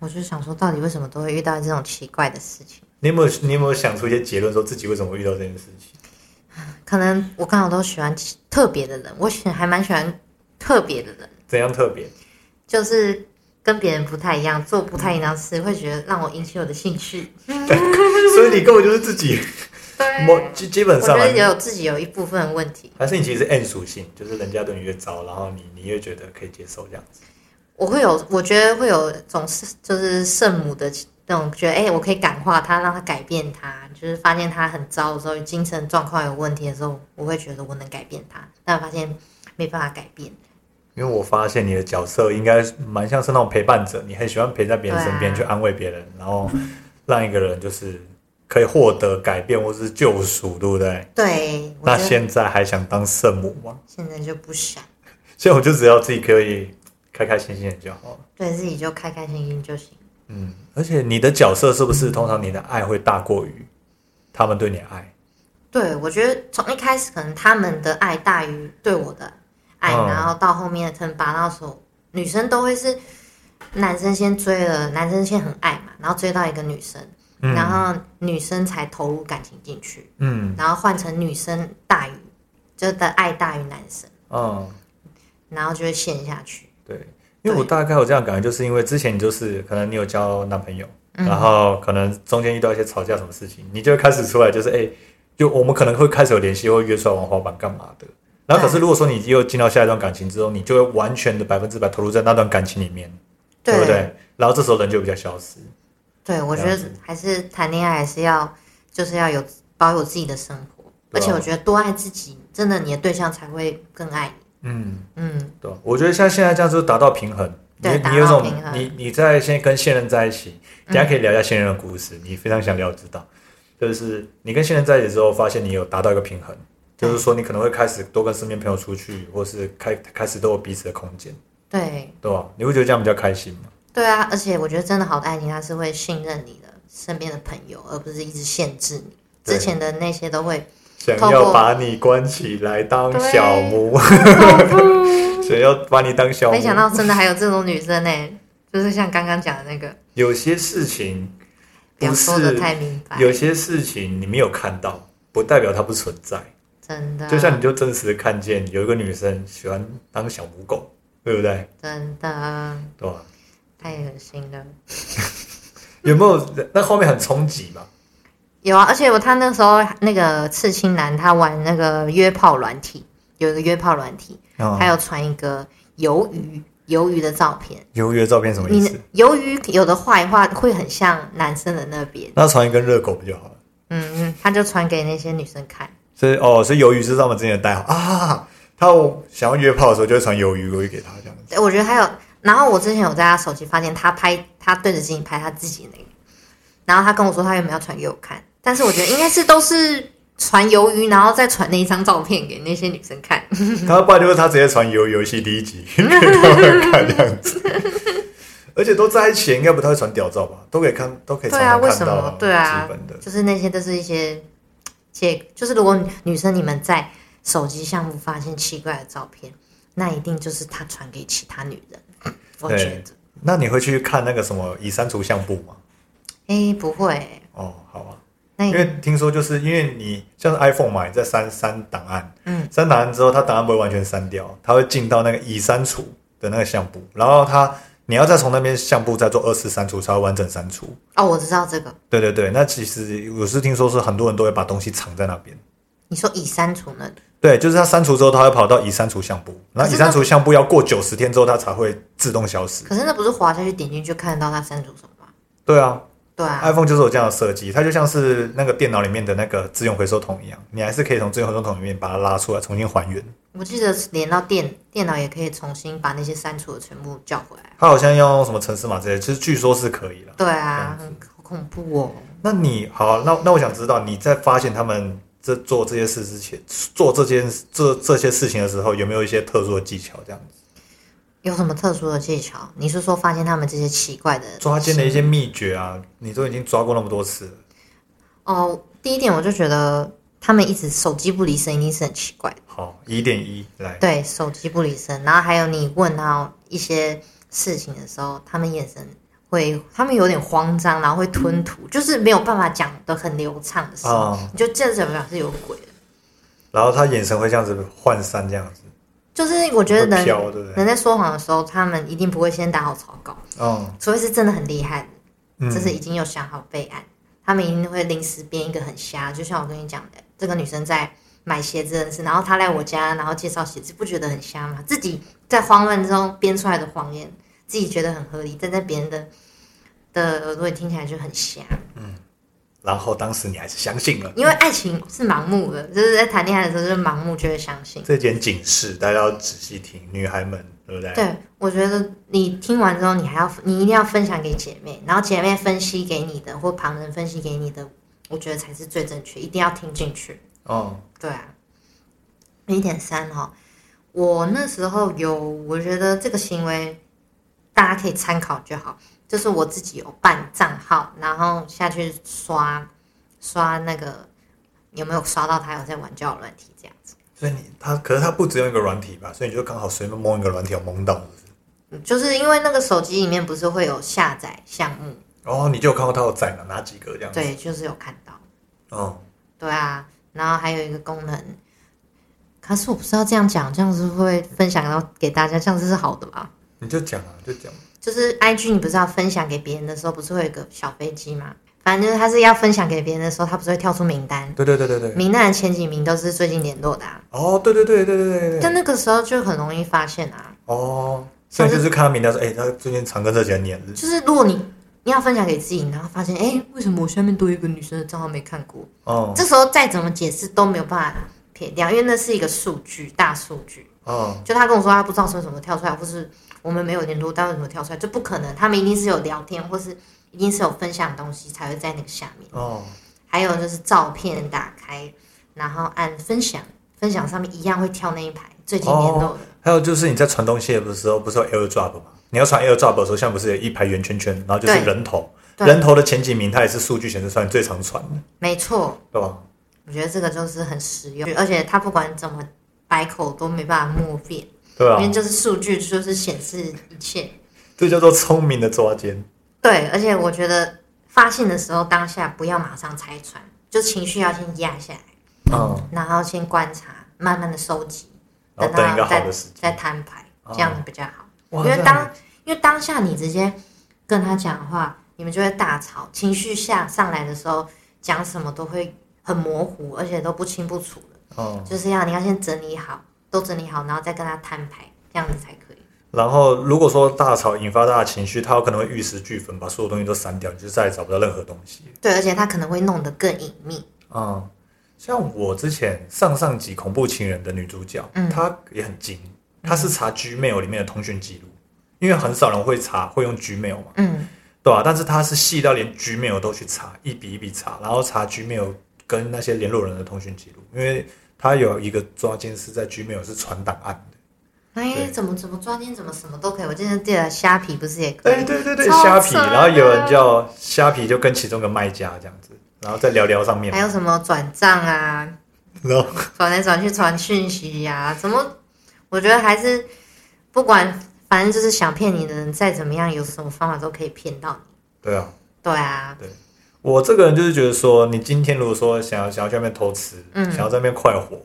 B: 我就想说，到底为什么都会遇到这种奇怪的事情？
A: 你有没有你有没有想出一些结论，说自己为什么会遇到这件事情？
B: 可能我刚好都喜欢奇特别的人，我喜还蛮喜欢特别的人，
A: 怎样特 别？
B: 就是跟别人不太一样，做不太一样的事，会觉得让我引起我的兴趣。
A: 所以你根本就是自己，
B: 对
A: 我基基本
B: 我
A: 上
B: 觉
A: 来
B: 得有自己有一部分问题，
A: 还是你其实是 N 属性，就是人家对你越糟，然后你你越觉得可以接受这样子。
B: 我会有，我觉得会有种是就是圣母的那种觉得，哎、我可以感化他，让他改变他，就是发现他很糟的时候，精神状况有问题的时候，我会觉得我能改变他，但发现没办法改变。
A: 因为我发现你的角色应该蛮像是那种陪伴者，你很喜欢陪在别人身边去
B: 对啊
A: 安慰别人，然后让一个人就是可以获得改变或是救赎，对不对？
B: 对，我
A: 那
B: 觉得
A: 现在还想当圣母吗？
B: 现在就不想，
A: 所以我就只要自己可以开开心心的就好了。
B: 对自己就开开心心就行。
A: 嗯，而且你的角色是不是通常你的爱会大过于他们对你的爱？
B: 对，我觉得从一开始可能他们的爱大于对我的爱，
A: 嗯
B: 然后到后面可能拔到手，女生都会是男生先追了，男生先很爱嘛，然后追到一个女生，
A: 嗯
B: 然后女生才投入感情进去，
A: 嗯
B: 然后换成女生大于，就的爱大于男生，
A: 嗯，
B: 然后就会陷下去。
A: 对，因为我
B: 对
A: 大概有这样感觉，就是因为之前你就是可能你有交男朋友，然后可能中间遇到一些吵架什么事情，你就会开始出来，就是哎、就我们可能会开始有联系，会约出来玩滑板干嘛的。然后可是
B: 对
A: 如果说你又进到下一段感情之后，你就会完全的百分之百投入在那段感情里面，对不对？然后这时候人就比较消失。
B: 对，我觉
A: 这
B: 得
A: 样子
B: 还是谈恋爱还是要，就是要有保有自己的生活，而
A: 对啊
B: 且我觉得多爱自己，真的你的对象才会更爱你。
A: 嗯，
B: 嗯，
A: 对，我觉得像现在这样就是达到平衡。你
B: 对达到
A: 你有种
B: 平衡嗯
A: 你你在现在跟现任在一起，等一下可以聊一下现任的故事，你非常想了知道，就是你跟现任在一起之后，发现你有达到一个平衡，就是说你可能会开始多跟身边朋友出去，或是开开始都有彼此的空间，
B: 对，
A: 对吧？你会觉得这样比较开心吗？
B: 对啊，而且我觉得真的好的爱情，他是会信任你的身边的朋友，而不是一直限制你。
A: 对
B: 之前的那些都会，
A: 想
B: 透
A: 要
B: 过
A: 把你关起来当
B: 对
A: 小魔，想要把你当小
B: 没想
A: 魔。
B: 到真的还有这种女生呢、就是像刚刚讲的那个，
A: 有些事情
B: 不要
A: 不
B: 说的
A: 是
B: 太明白，
A: 有些事情你没有看到，不代表它不存在。
B: 真的，
A: 就像你就真实地看见有一个女生喜欢当小母狗，对不对？
B: 真的
A: 对吧？
B: 太恶心了。
A: 有没
B: 嗯
A: 有？那后面很冲击嘛？
B: 有啊，而且我他那时候那个刺青男，他玩那个约炮软体，有一个约炮软体，
A: 嗯
B: 他有传一个鱿鱼鱿鱼的照片。
A: 鱿鱼的照片什么意
B: 你
A: 思？
B: 鱿鱼有的画一画会很像男生的那边，
A: 那传一根热狗不就好了？
B: 嗯嗯，他就传给那些女生看，
A: 所以哦，所以鱿鱼是他们之间的代号啊。他想要约炮的时候，就会传鱿鱼过去给他这样子。
B: 对，我觉得还有，然后我之前有在他手机发现他拍，他对着镜拍他自己那个，然后他跟我说他有没有传给我看，但是我觉得应该是都是传鱿鱼，然后再传那一张照片给那些女生看。
A: 他不然就是他直接传鱿鱼游戏第一集 给他们看这样子。 而且都在一起，应该不太会传屌照吧？都可以看，都可以
B: 对
A: 常
B: 啊，
A: 常
B: 为
A: 看
B: 什
A: 到
B: 么？对啊
A: 基本的，
B: 就是那些都是一些，且就是如果女生你们在手机项目发现奇怪的照片，那一定就是他传给其他女人，我觉
A: 对
B: 得。
A: 那你会去看那个什么已删除相簿吗？
B: 哎、不会，
A: 哦，好啊，
B: 那
A: 因为听说就是因为你像是 iPhone 嘛，你在删删档案，
B: 嗯，
A: 删档案之后，它档案不会完全删掉，它会进到那个已删除的那个相簿，然后它你要再从那边相簿再做二次删除，才会完整删除。
B: 哦，我知道这个，
A: 对对对，那其实我是听说是很多人都会把东西藏在那边。
B: 你说已删除那里，
A: 对，就是它删除之后，它会跑到已删除相簿，然后
B: 可
A: 已
B: 是那
A: 删除相簿要过九十天之后，它才会自动消失。
B: 可是那不是滑下去点进去看得到他删除什么吗？
A: 对啊
B: 对啊，
A: ，iPhone 就是有这样的设计，它就像是那个电脑里面的那个资源回收桶一样，你还是可以从资源回收桶里面把它拉出来，重新还原。
B: 我记得连到电电脑也可以重新把那些删除的全部叫回来。
A: 它好像要用什么城市码之类的，其实据说是可以了。
B: 对
A: 这样
B: 啊，
A: 子
B: 很好恐怖哦。
A: 那你好，那那我想知道你在发现他们这做这些事之前，做这件这这些事情的时候，有没有一些特殊的技巧？这样子
B: 有什么特殊的技巧？你是说发现他们这些奇怪的
A: 抓奸的
B: 行
A: 一些秘诀啊，你都已经抓过那么多次了，
B: 哦，第一点我就觉得他们一直手机不离身，一定是很奇怪的。
A: 好，一点一来，
B: 对，手机不离身，然后还有你问他一些事情的时候，他们眼神会，他们有点慌张，然后会吞
A: 嗯
B: 吐，就是没有办法讲的很流畅的时候，
A: 啊、
B: 你就这怎么讲是有鬼的。
A: 然后他眼神会这样子涣散，这样子，
B: 就是我觉得人
A: 会飘，对不对？
B: 人在说谎的时候，他们一定不会先打好草稿，
A: 嗯，
B: 除非是真的很厉害的，
A: 嗯
B: 就是已经有想好备案，他们一定会临时编一个很瞎。就像我跟你讲的，这个女生在买鞋子的事，然后她来我家，然后介绍鞋子，不觉得很瞎吗？自己在慌乱中编出来的谎言，自己觉得很合理，但在别人的的耳朵里听起来就很瞎。
A: 然后当时你还是相信了，
B: 因为爱情是盲目的，就是在谈恋爱的时候就盲目就会相信。
A: 这点警示大家要仔细听，女孩们，对不对？
B: 对，我觉得你听完之后，你还要你一定要分享给姐妹，然后姐妹分析给你的或旁人分析给你的，我觉得才是最正确，一定要听进去。
A: 哦，
B: 对啊，一点三哈，我那时候有，我觉得这个行为大家可以参考就好。就是我自己有办账号，然后下去刷刷那个有没有刷到他有在玩交友软体这样子。
A: 所以你他，可是他不只用一个软体吧，所以你就刚好随便蒙一个软体，有蒙到，是不是
B: 就是因为那个手机里面不是会有下载项目
A: 哦，你就有看到他有载了哪几个这样子？
B: 对，就是有看到。
A: 哦，
B: 对啊，然后还有一个功能，可是我不知道这样讲，这样子会分享到给大家，这样子是好的吧？
A: 你就讲啊，就讲。
B: 就是 IG 你不是要分享给别人的时候，不是会有一个小飞机吗？反正就是它是要分享给别人的时候，它不是会跳出名单，
A: 对对对对对。
B: 名单的前几名都是最近联络的、啊，
A: 哦，对对对对对对对。
B: 但那个时候就很容易发现啊，
A: 哦，
B: 像
A: 所以
B: 是
A: 就是看他名单说，哎，他最近常跟这几个人日，
B: 就是如果你你要分享给自己，然后发现哎、诶为什么我下面多一个女生的账号没看过？
A: 哦
B: 这时候再怎么解释都没有办法撇掉，因为那是一个数据，大数据。
A: 哦，
B: 就他跟我说他不知道是为什么跳出来，或是我们没有联络，但为什么跳出来，这不可能。他们一定是有聊天，或是一定是有分享的东西才会在那个下面。
A: 哦，
B: 还有就是照片打开，然后按分享，分享上面一样会跳那一排最近
A: 哦
B: 联络的。
A: 还有就是你在传东西的时候，不是有 AirDrop 吗？你要传 AirDrop 的时候，像不是有一排圆圈圈，然后就是
B: 对
A: 人头，
B: 对
A: 人头的前几名，它也是数据显示出来你最常传的，
B: 没错，
A: 对吧？
B: 我觉得这个就是很实用，而且他不管怎么百口都没办法默辨，
A: 对啊
B: 因为
A: 吧？
B: 就是数据就是显示一切。
A: 这叫做聪明的抓奸。
B: 对，而且我觉得发现的时候当下不要马上拆穿，就情绪要先压下来。
A: 嗯，
B: 然后先观察，慢慢的收集，
A: 然后
B: 它
A: 等一个好
B: 再
A: 的时
B: 再
A: 机。
B: 摊牌，
A: 哦
B: 这样子比较好。
A: 哇
B: 因为
A: 这
B: 当因为当下你直接跟他讲话，你们就会大吵，情绪下上来的时候，讲什么都会很模糊，而且都不清不楚的。
A: 哦，
B: 就是要你要先整理好，都整理好，然后再跟他摊牌，这样子才可以。
A: 然后如果说大吵引发大的情绪，他有可能会玉石俱焚，把所有东西都删掉，你就再也找不到任何东西。
B: 对，而且他可能会弄得更隐秘。
A: 嗯，像我之前上上集《恐怖情人》的女主角，
B: 嗯
A: 她也很精，她是查 Gmail 里面的通讯记录，因为很少人会查，会用 Gmail 嘛，
B: 嗯，
A: 对吧、但是她是细到连 Gmail 都去查，一笔一笔查，然后查 Gmail 跟那些联络人的通讯记录，因为她有一个抓奸是在 Gmail 是传档案的。
B: 哎，
A: 对
B: 怎么怎么抓奸，怎么什么都可以。我记得记得虾皮不是也可
A: 对
B: 以？
A: 对对对，
B: 超
A: 虾皮，
B: 扯的
A: 然后有人叫虾皮，就跟其中一个卖家这样子，然后再聊聊上面
B: 还，有什么转账啊，
A: 然后
B: 转来转去传讯息呀、怎么？我觉得还是不管，反正就是想骗你的人再怎么样，有什么方法都可以骗到你。
A: 对啊，
B: 对啊，
A: 我这个人就是觉得说，你今天如果说想要想要去那边偷吃，
B: 嗯
A: 想要在那边快活，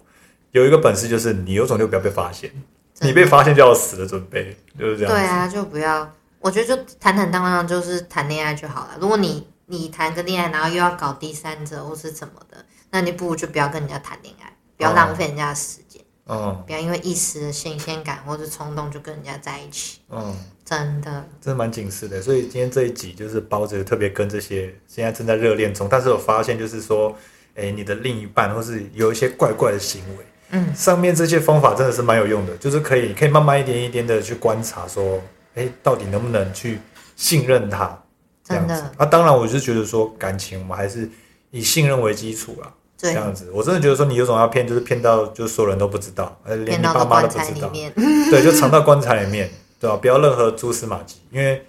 A: 有一个本事就是你有种就不要被发现，
B: 真的
A: 你被发现就要死的准备，就是这样。
B: 对，啊，就不要。我觉得就坦坦荡荡，就是谈恋爱就好了。如果你你谈个恋爱，然后又要搞第三者或是怎么的，那你不如就不要跟人家谈恋爱，不要
A: 哦
B: 浪费人家的时间，
A: 嗯
B: 不要因为一时的新鲜感或是冲动就跟人家在一起。
A: 嗯，
B: 真的，
A: 真的蛮警示的。所以今天这一集就是包子特别跟这些现在正在热恋中，但是我发现就是说，哎、你的另一半或是有一些怪怪的行为，
B: 嗯，
A: 上面这些方法真的是蛮有用的，就是可以可以慢慢一点一点的去观察说，哎、到底能不能去信任他。这
B: 真
A: 样
B: 的
A: 子。那、当然，我是觉得说感情我们还是以信任为基础啦。这
B: 对，
A: 样子，我真的觉得说你有种要骗，就是骗到就是所有人都不知道，呃，连
B: 骗
A: 你
B: 到
A: 爸
B: 了
A: 妈都
B: 棺
A: 不
B: 材
A: 知
B: 里
A: 道，
B: 面。
A: 对，就藏到棺材里面，对吧、不要任何蛛丝马迹，因为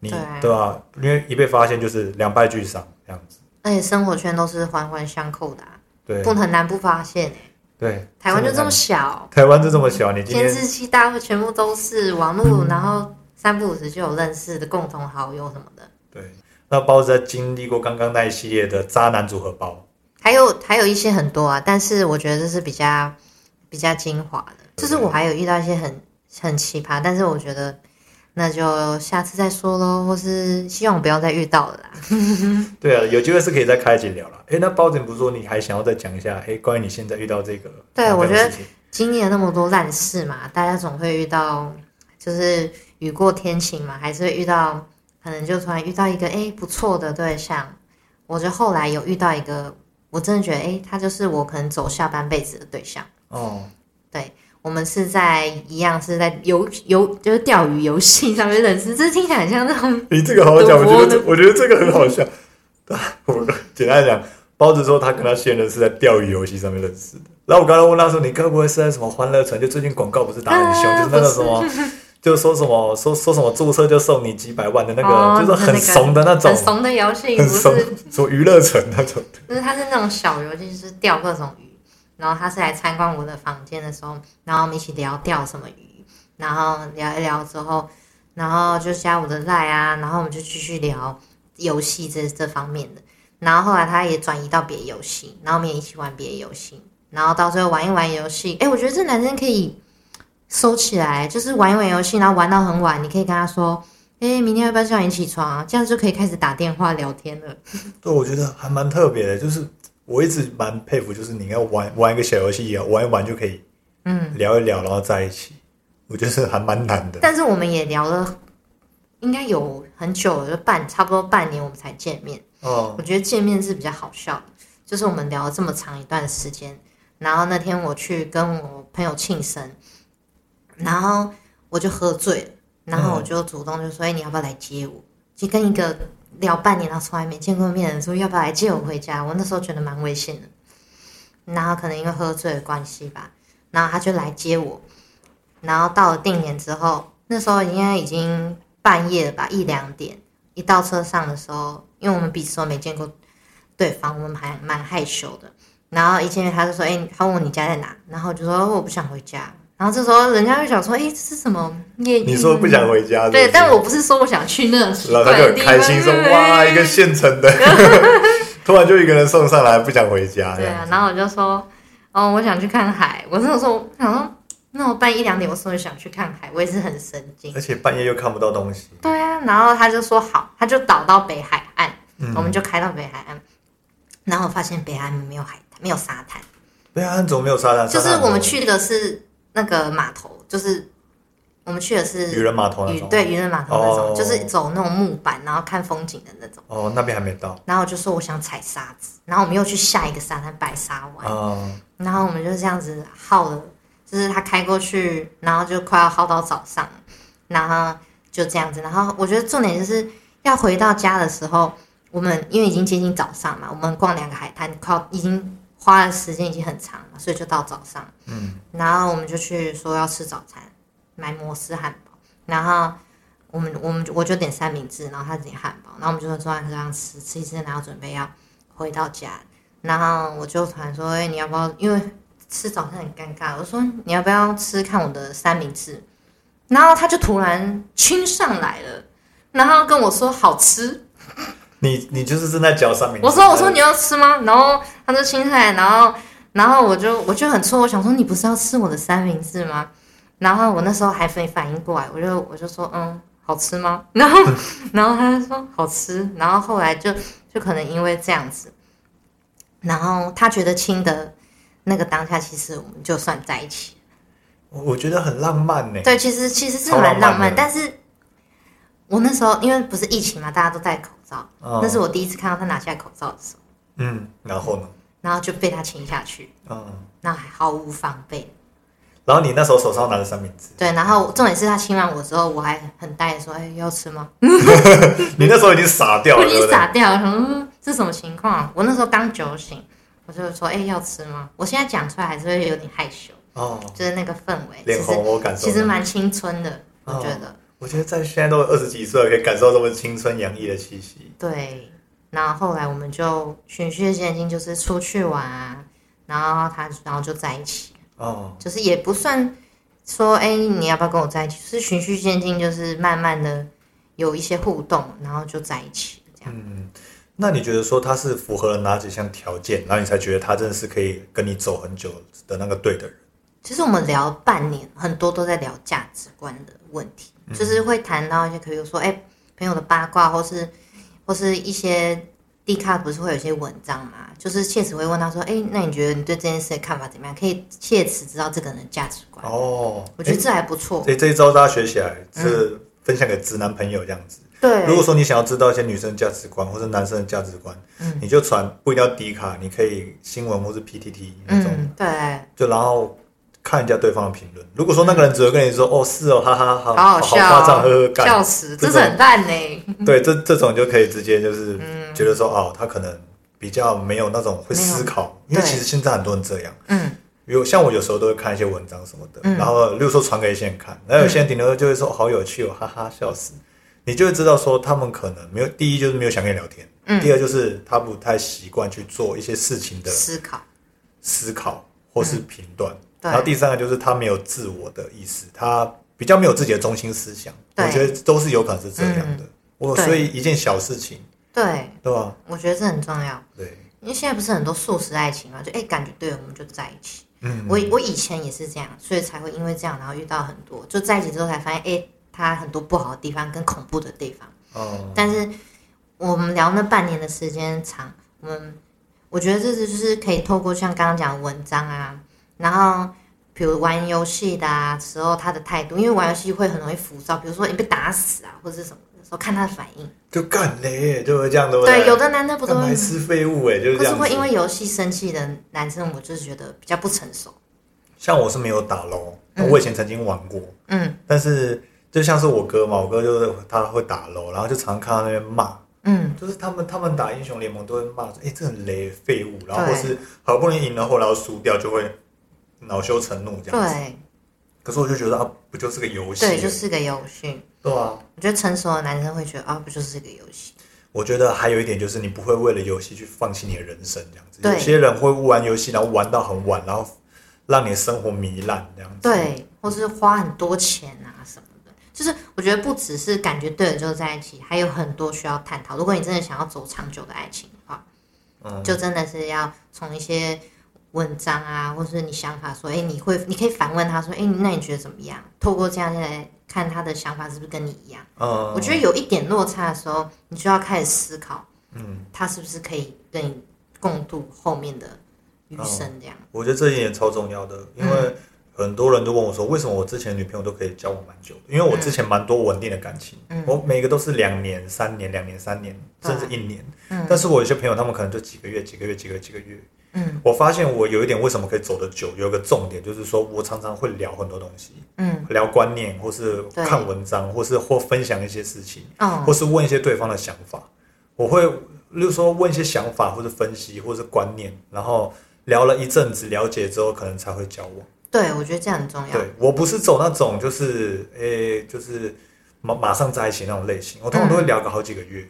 A: 你
B: 对啊
A: 对吧、因为一被发现就是两败俱伤这样子。
B: 而且生活圈都是环环相扣的、啊，
A: 对
B: 不很难不发现、欸、
A: 对，
B: 台湾就这
A: 真的
B: 么小，
A: 台湾就这么小，你今
B: 监
A: 天
B: 视器大家全部都是网络，然后三不五时就有认识的共同好友什么的。
A: 对。那包子在经历过刚刚那一系列的渣男组合包，
B: 还有还有一些很多啊，但是我觉得这是比较比较精华的，就是
A: 嗯
B: 我还有遇到一些很很奇葩，但是我觉得那就下次再说喽，或是希望我不要再遇到了啦。
A: 对啊，有机会是可以再开一集聊了。哎，那包子你不是说你还想要再讲一下？哎，关于你现在遇到这个
B: 对
A: 男朋友
B: 我觉得
A: 的事情
B: 经历了那么多烂事嘛，大家总会遇到，就是雨过天晴嘛，还是会遇到，可能就突然遇到一个哎、诶不错的对象。我就后来有遇到一个，我真的觉得哎、诶他就是我可能走下半辈子的对象。
A: 哦，
B: 我们是在一样是在游游就是钓鱼游戏上面认识，这听起来很像那种
A: 你这个好好讲，我
B: 赌
A: 觉
B: 博
A: 得这我觉得这个很好笑。 啊我简单讲，包子说他跟他现任是在钓鱼游戏上面认识的。然后我刚刚问他说：“你该不会是在什么欢乐城？就最近广告不是打很凶，
B: 啊
A: 就是那个 什么，就说什么说说什么注册就送你几百万的那个，
B: 哦
A: 就是很怂的那种
B: 很，怂的游戏，
A: 很
B: 不
A: 怂
B: 是，
A: 什么娱乐城那种。
B: 就是他是那种小游戏，就是钓各种鱼，然后他是来参观我的房间的时候，然后我们一起聊钓什么鱼，然后聊一聊之后，然后就加我的赖啊，然后我们就继续聊游戏这这方面的，然后后来他也转移到别的游戏，然后我们也一起玩别的游戏，然后到最后玩一玩游戏，哎，我觉得这男生可以收起来，就是玩一玩游戏，然后玩到很晚，你可以跟他说。哎，明天要不要叫你起床啊？这样就可以开始打电话聊天了。
A: 对，我觉得还蛮特别的，就是我一直蛮佩服，就是你要玩玩一个小游戏，啊玩一玩就可以
B: 嗯，
A: 聊一聊，然后在一起。我觉得还蛮难的。
B: 但是我们也聊了，应该有很久了，就半差不多半年我们才见面。
A: 哦，
B: 我觉得见面是比较好笑的，就是我们聊了这么长一段时间。然后那天我去跟我朋友庆生，然后我就喝醉了，然后我就主动就说：“哎、你要不要来接我？”就跟一个聊半年然后从来没见过面的人说：“要不要来接我回家？”我那时候觉得蛮危险的。然后可能因为喝醉的关系吧，然后他就来接我。然后到了定点之后，那时候应该已经半夜了吧，一两点。一到车上的时候，因为我们彼此都没见过对方，我们还蛮害羞的。然后一见面，他就说：“哎、他问我你家在哪？”然后我就说：“哦我不想回家。”然后这时候人家就想说：“哎、这是什么夜？”
A: 你说不想回家是不是
B: 对，但我不是说我想去那奇
A: 然
B: 怪
A: 后他就
B: 的
A: 很
B: 地方，
A: 开心说：“哇，一个现成 的，突然就一个人送上来，不想回家。”
B: 对啊，然后我就说，哦，我想去看海。我那时候我想说，那我半夜一两点，我说想去看海，我也是很神经。
A: 而且半夜又看不到东西，
B: 对啊，然后他就说好，他就导到北海岸，
A: 嗯
B: 我们就开到北海岸。然后我发现北海岸没有海滩，没有沙滩，
A: 对啊，怎么没有沙滩？
B: 就是
A: 沙滩很多
B: 我们去的是那个码头，就是我们去的是
A: 渔人码头那
B: 渔
A: 种。
B: 对渔人码头那种，
A: 哦
B: 就是走那种木板，然后看风景的那种。
A: 哦，那边还没到
B: 然后我就说我想踩沙子，然后我们又去下一个沙滩白沙湾，
A: 啊、
B: 然后我们就这样子耗了，就是他开过去，然后就快要耗到早上，然后就这样子。然后我觉得重点就是要回到家的时候，我们因为已经接近早上嘛，我们逛两个海滩，快要已经花的时间已经很长了，所以就到早上。
A: 嗯，
B: 然后我们就去说要吃早餐，买摩斯汉堡，然后我们我们我就点三明治，然后他点汉堡，然后我们就坐在车上吃吃一吃，然后准备要回到家，然后我就突然说，哎、你要不要？因为吃早餐很尴尬，我说你要不要吃看我的三明治？然后他就突然亲上来了，然后跟我说好吃，
A: 你你就是正在嚼三明治。
B: 我说我说你要吃吗？然后他就青菜，然后然后我就我就很错，我想说你不是要吃我的三明治吗？然后我那时候还没反应过来，我就我就说嗯，好吃吗？ 然 后然后他就说好吃，然后后来就就可能因为这样子，然后他觉得亲的那个当下，其实我们就算在一起了。
A: 我我觉得很浪漫呢。
B: 对，其实其实是
A: 超浪
B: 蛮
A: 漫
B: 浪漫，
A: 的
B: 但是我那时候因为不是疫情嘛，大家都戴口罩，
A: 嗯
B: 那是我第一次看到他拿下口罩的时候，
A: 嗯，然后呢？
B: 然后就被他亲下去。
A: 嗯，
B: 那还毫无防备。
A: 然后你那时候手上拿着三明治，
B: 对，然后重点是他亲完我之后，我还很呆的说：“哎、要吃吗
A: 你那时候已经傻？”掉
B: 嗯我
A: 了，
B: 已
A: 对不
B: 经
A: 对？
B: 傻掉了，想说嗯这什么情况？我那时候刚酒醒，我就说：“哎、要吃吗？”我现在讲出来还是会有点害羞，
A: 哦，
B: 就是那个氛围，其
A: 脸红，
B: 实
A: 我感受哦到。
B: 其实蛮青春的，我觉得、
A: 我觉得在现在都二十几岁了，可以感受这么青春洋溢的气息。
B: 对。然后后来我们就循序渐进，就是出去玩啊，然后他然后就在一起，
A: 哦，
B: 就是也不算说，哎、你要不要跟我在一起？就是循序渐进，就是慢慢的有一些互动，然后就在一起这样。
A: 嗯，那你觉得说他是符合了哪几项条件，然后你才觉得他真的是可以跟你走很久的那个对的人？
B: 其实我们聊半年，很多都在聊价值观的问题，
A: 嗯
B: 就是会谈到一些，比如说，哎、朋友的八卦，或是或是一些 D 卡不是会有一些文章嘛，就是切齿会问他说，哎、那你觉得你对这件事的看法怎么样？可以切齿知道这个人的价值观，
A: 哦，
B: 我觉得这还不错。
A: 所以这一招大家学起来，是分享给直男朋友这样子。
B: 对，
A: 如果说你想要知道一些女生价值观或者男生的价值观，
B: 嗯
A: 你就传不一定要迪卡，你可以新闻或是 PTT 那种，
B: 嗯，对。
A: 就然后看一下对方的评论。如果说那个人只会跟你说“哦是哦，哈哈，
B: 好
A: 好
B: 好
A: 好
B: 笑、
A: 夸张，呵呵
B: 哦，
A: 干”，
B: 笑死，
A: 这
B: 这
A: 种
B: 是很烂呢、
A: 对，这这种就可以直接就是
B: 嗯
A: 觉得说，哦，他可能比较没有那种会思考，
B: 没
A: 因
B: 有
A: 为其实现在很多人这样，
B: 嗯，
A: 有像我有时候都会看一些文章什么的，
B: 嗯
A: 然后例如说传给一些人看，然后有些人顶多就会说、好有趣哦，哈哈，笑死。你就会知道说他们可能没有，第一就是没有想跟你聊天，
B: 嗯
A: 第二就是他不太习惯去做一些事情的
B: 思考，
A: 思考或是评断，
B: 嗯对
A: 然后第三个就是他没有自我的意识，他比较没有自己的中心思想，我
B: 对嗯
A: 觉得都是有可能是这样的。我
B: 对
A: 所以一件小事情，
B: 对，
A: 对吧？
B: 我觉得这很重要，
A: 对，
B: 因为现在不是很多素食爱情嘛，就哎、感觉对了，我们就在一起。
A: 嗯，
B: 我我以前也是这样，所以才会因为这样，然后遇到很多，就在一起之后才发现，哎、他很多不好的地方跟恐怖的地方。
A: 哦，
B: 但是我们聊那半年的时间长，我们我觉得这就是可以透过像刚刚讲的文章啊，然后比如玩游戏的啊时候他的态度，因为玩游戏会很容易浮躁，比如说你被打死啊或者是什么的时候，看他的反应。
A: 就干嘞，就会这样，对不
B: 对，有
A: 的
B: 的男的不都
A: 干嘛
B: 会
A: 还，吃废物哎，就是
B: 或是
A: 这样
B: 会因
A: 子。
B: 为游戏生气的男生，我就是觉得比较不成熟。
A: 像我是没有打龙，我以前曾经玩过，
B: 嗯
A: 但是就像是我哥嘛，我哥就是他会打龙，然后就常看到那边骂。
B: 嗯，
A: 就是他们，他们打英雄联盟都会骂说：“哎、这很雷废物。”然后
B: 对
A: 或是好不容易赢了后，然后输掉就会恼羞成怒这样子。
B: 对
A: 可是我就觉得啊，不就是个游戏？
B: 对，就是个游戏。
A: 对啊。
B: 我觉得成熟的男生会觉得啊，不就是个游戏？
A: 我觉得还有一点就是，你不会为了游戏去放弃你的人生这样子。
B: 对
A: 有些人会玩游戏，然后玩到很晚，然后让你的生活糜烂这样子。，
B: 对，或是花很多钱啊什么的，就是我觉得不只是感觉对了就在一起，还有很多需要探讨。如果你真的想要走长久的爱情的话，
A: 嗯，
B: 就真的是要从一些文章啊，或是你想法说，哎、你会，你可以反问他说，哎、那你觉得怎么样？透过这样来看他的想法是不是跟你一样？
A: 嗯，
B: 我觉得有一点落差的时候，你就要开始思考，
A: 嗯，
B: 他是不是可以跟你共度后面的余生这样。
A: 哦
B: 嗯
A: 我觉得这一点也超重要的，因为很多人都问我说，为什么我之前女朋友都可以交往蛮久的？因为我之前蛮多稳定的感情，
B: 嗯
A: 我每个都是两年、三年、两年、三年，
B: 对
A: 甚至一年。
B: 嗯
A: 但是我有些朋友，他们可能就几个月、几个月、几个月、几个月。
B: 嗯
A: 我发现我有一点为什么可以走得久，有一个重点就是说我常常会聊很多东西，
B: 嗯
A: 聊观念，或是
B: 对
A: 看文章，或是或分享一些事情，
B: 哦
A: 或是问一些对方的想法。我会，例如说问一些想法，或是分析，或是观念，然后聊了一阵子，了解之后可能才会交往。
B: 对，我觉得这样很重要。
A: 对我不是走那种就是诶、就是马马上在一起那种类型，我通常都会聊个好几个月。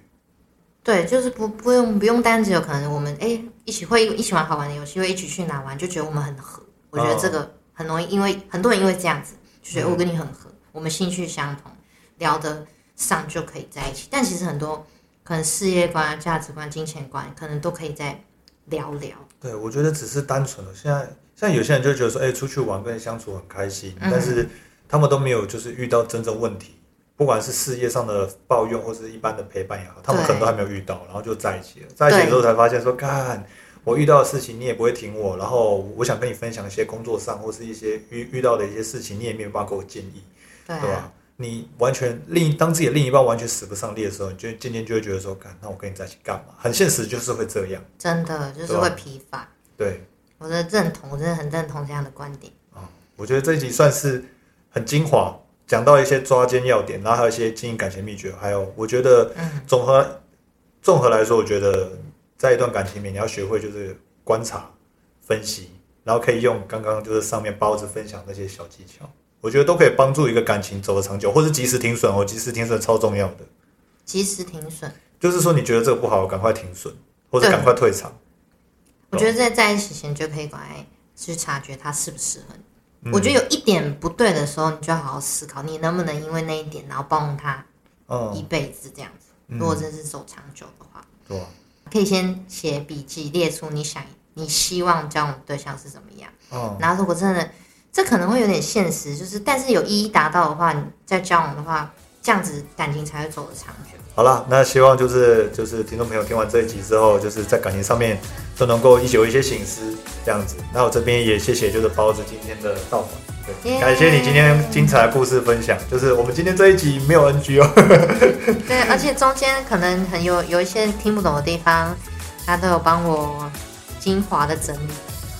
B: 对，就是不不用不用单只有可能我们哎一起会一起玩好玩的游戏，会一起去哪玩，就觉得我们很合。我觉得这个很容易，因为很多人因为这样子就觉得
A: 哦
B: 哎
A: 嗯
B: 我跟你很合，我们兴趣相同，聊得上就可以在一起。但其实很多可能事业观啊、价值观、金钱观，可能都可以再聊聊。
A: 对我觉得只是单纯的，现在现在有些人就觉得说，诶，哎出去玩跟人相处很开心，
B: 嗯
A: 但是他们都没有就是遇到真正问题，不管是事业上的抱怨或是一般的陪伴也好，他们可能都还没有遇到，然后就在一起了。在一起之后才发现说，看我遇到的事情你也不会挺我，然后我想跟你分享一些工作上或是一些遇遇到的一些事情，你也没有办法给我建议。
B: 对
A: 对
B: 啊，
A: 吧？你完全另一当自己的另一半完全使不上力的时候，你就渐渐就会觉得说，干，那我跟你在一起干嘛？很现实，就是会这样。
B: 真的就是
A: 对啊
B: 会疲乏。
A: 对，
B: 我的认同，我真的很认同这样的观点。
A: 我觉得这一集算是很精华，讲到一些抓奸要点，然后还有一些经营感情秘诀，还有我觉得
B: 嗯
A: 综合综合来说，我觉得在一段感情里面，你要学会就是观察、分析，然后可以用刚刚就是上面包子分享那些小技巧，我觉得都可以帮助一个感情走得长久，或是及时停损哦，及时停损超重要的。
B: 及时停损，
A: 就是说你觉得这个不好，赶快停损，或者
B: 对
A: 赶快退场。
B: 我觉得在在一起前就可以赶快去察觉他适不适合你。
A: 嗯
B: 我觉得有一点不对的时候，你就要好好思考，你能不能因为那一点，然后包容他一
A: 嗯，
B: 辈子这样子。
A: 嗯
B: 如果真是走长久的话，
A: 对啊，
B: 可以先写笔记，列出你想你希望交往对象是怎么样。
A: 嗯，
B: 然后如果真的，这可能会有点现实，就是但是有一一达到的话，你再交往的话，这样子感情才会走得长久。
A: 好啦，那希望就是就是听众朋友听完这一集之后，就是在感情上面都能够有一些醒思这样子。那我这边也谢谢就是包子今天的到访，对，
B: 耶
A: 感谢你今天精彩的故事分享。就是我们今天这一集没有 NG 哦，
B: 对，而且中间可能很有有一些听不懂的地方，他都有帮我精华的整理。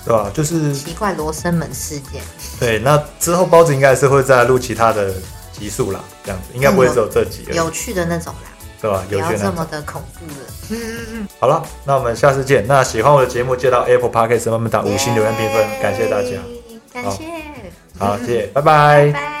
A: 对吧？就是
B: 奇怪罗生门事件，
A: 对，那之后包子应该是会再录其他的集数啦，这样子应该不会只有这集而已，
B: 有趣的那种啦，
A: 对吧？
B: 不
A: 有
B: 要
A: 些
B: 这
A: 呢。
B: 么的恐怖了。
A: 好了，那我们下次见。那喜欢我的节目，记得到 Apple Podcast 帮我们打五星留言评分，感谢大家。
B: 耶，感谢，
A: 好，谢谢，拜拜
B: 拜。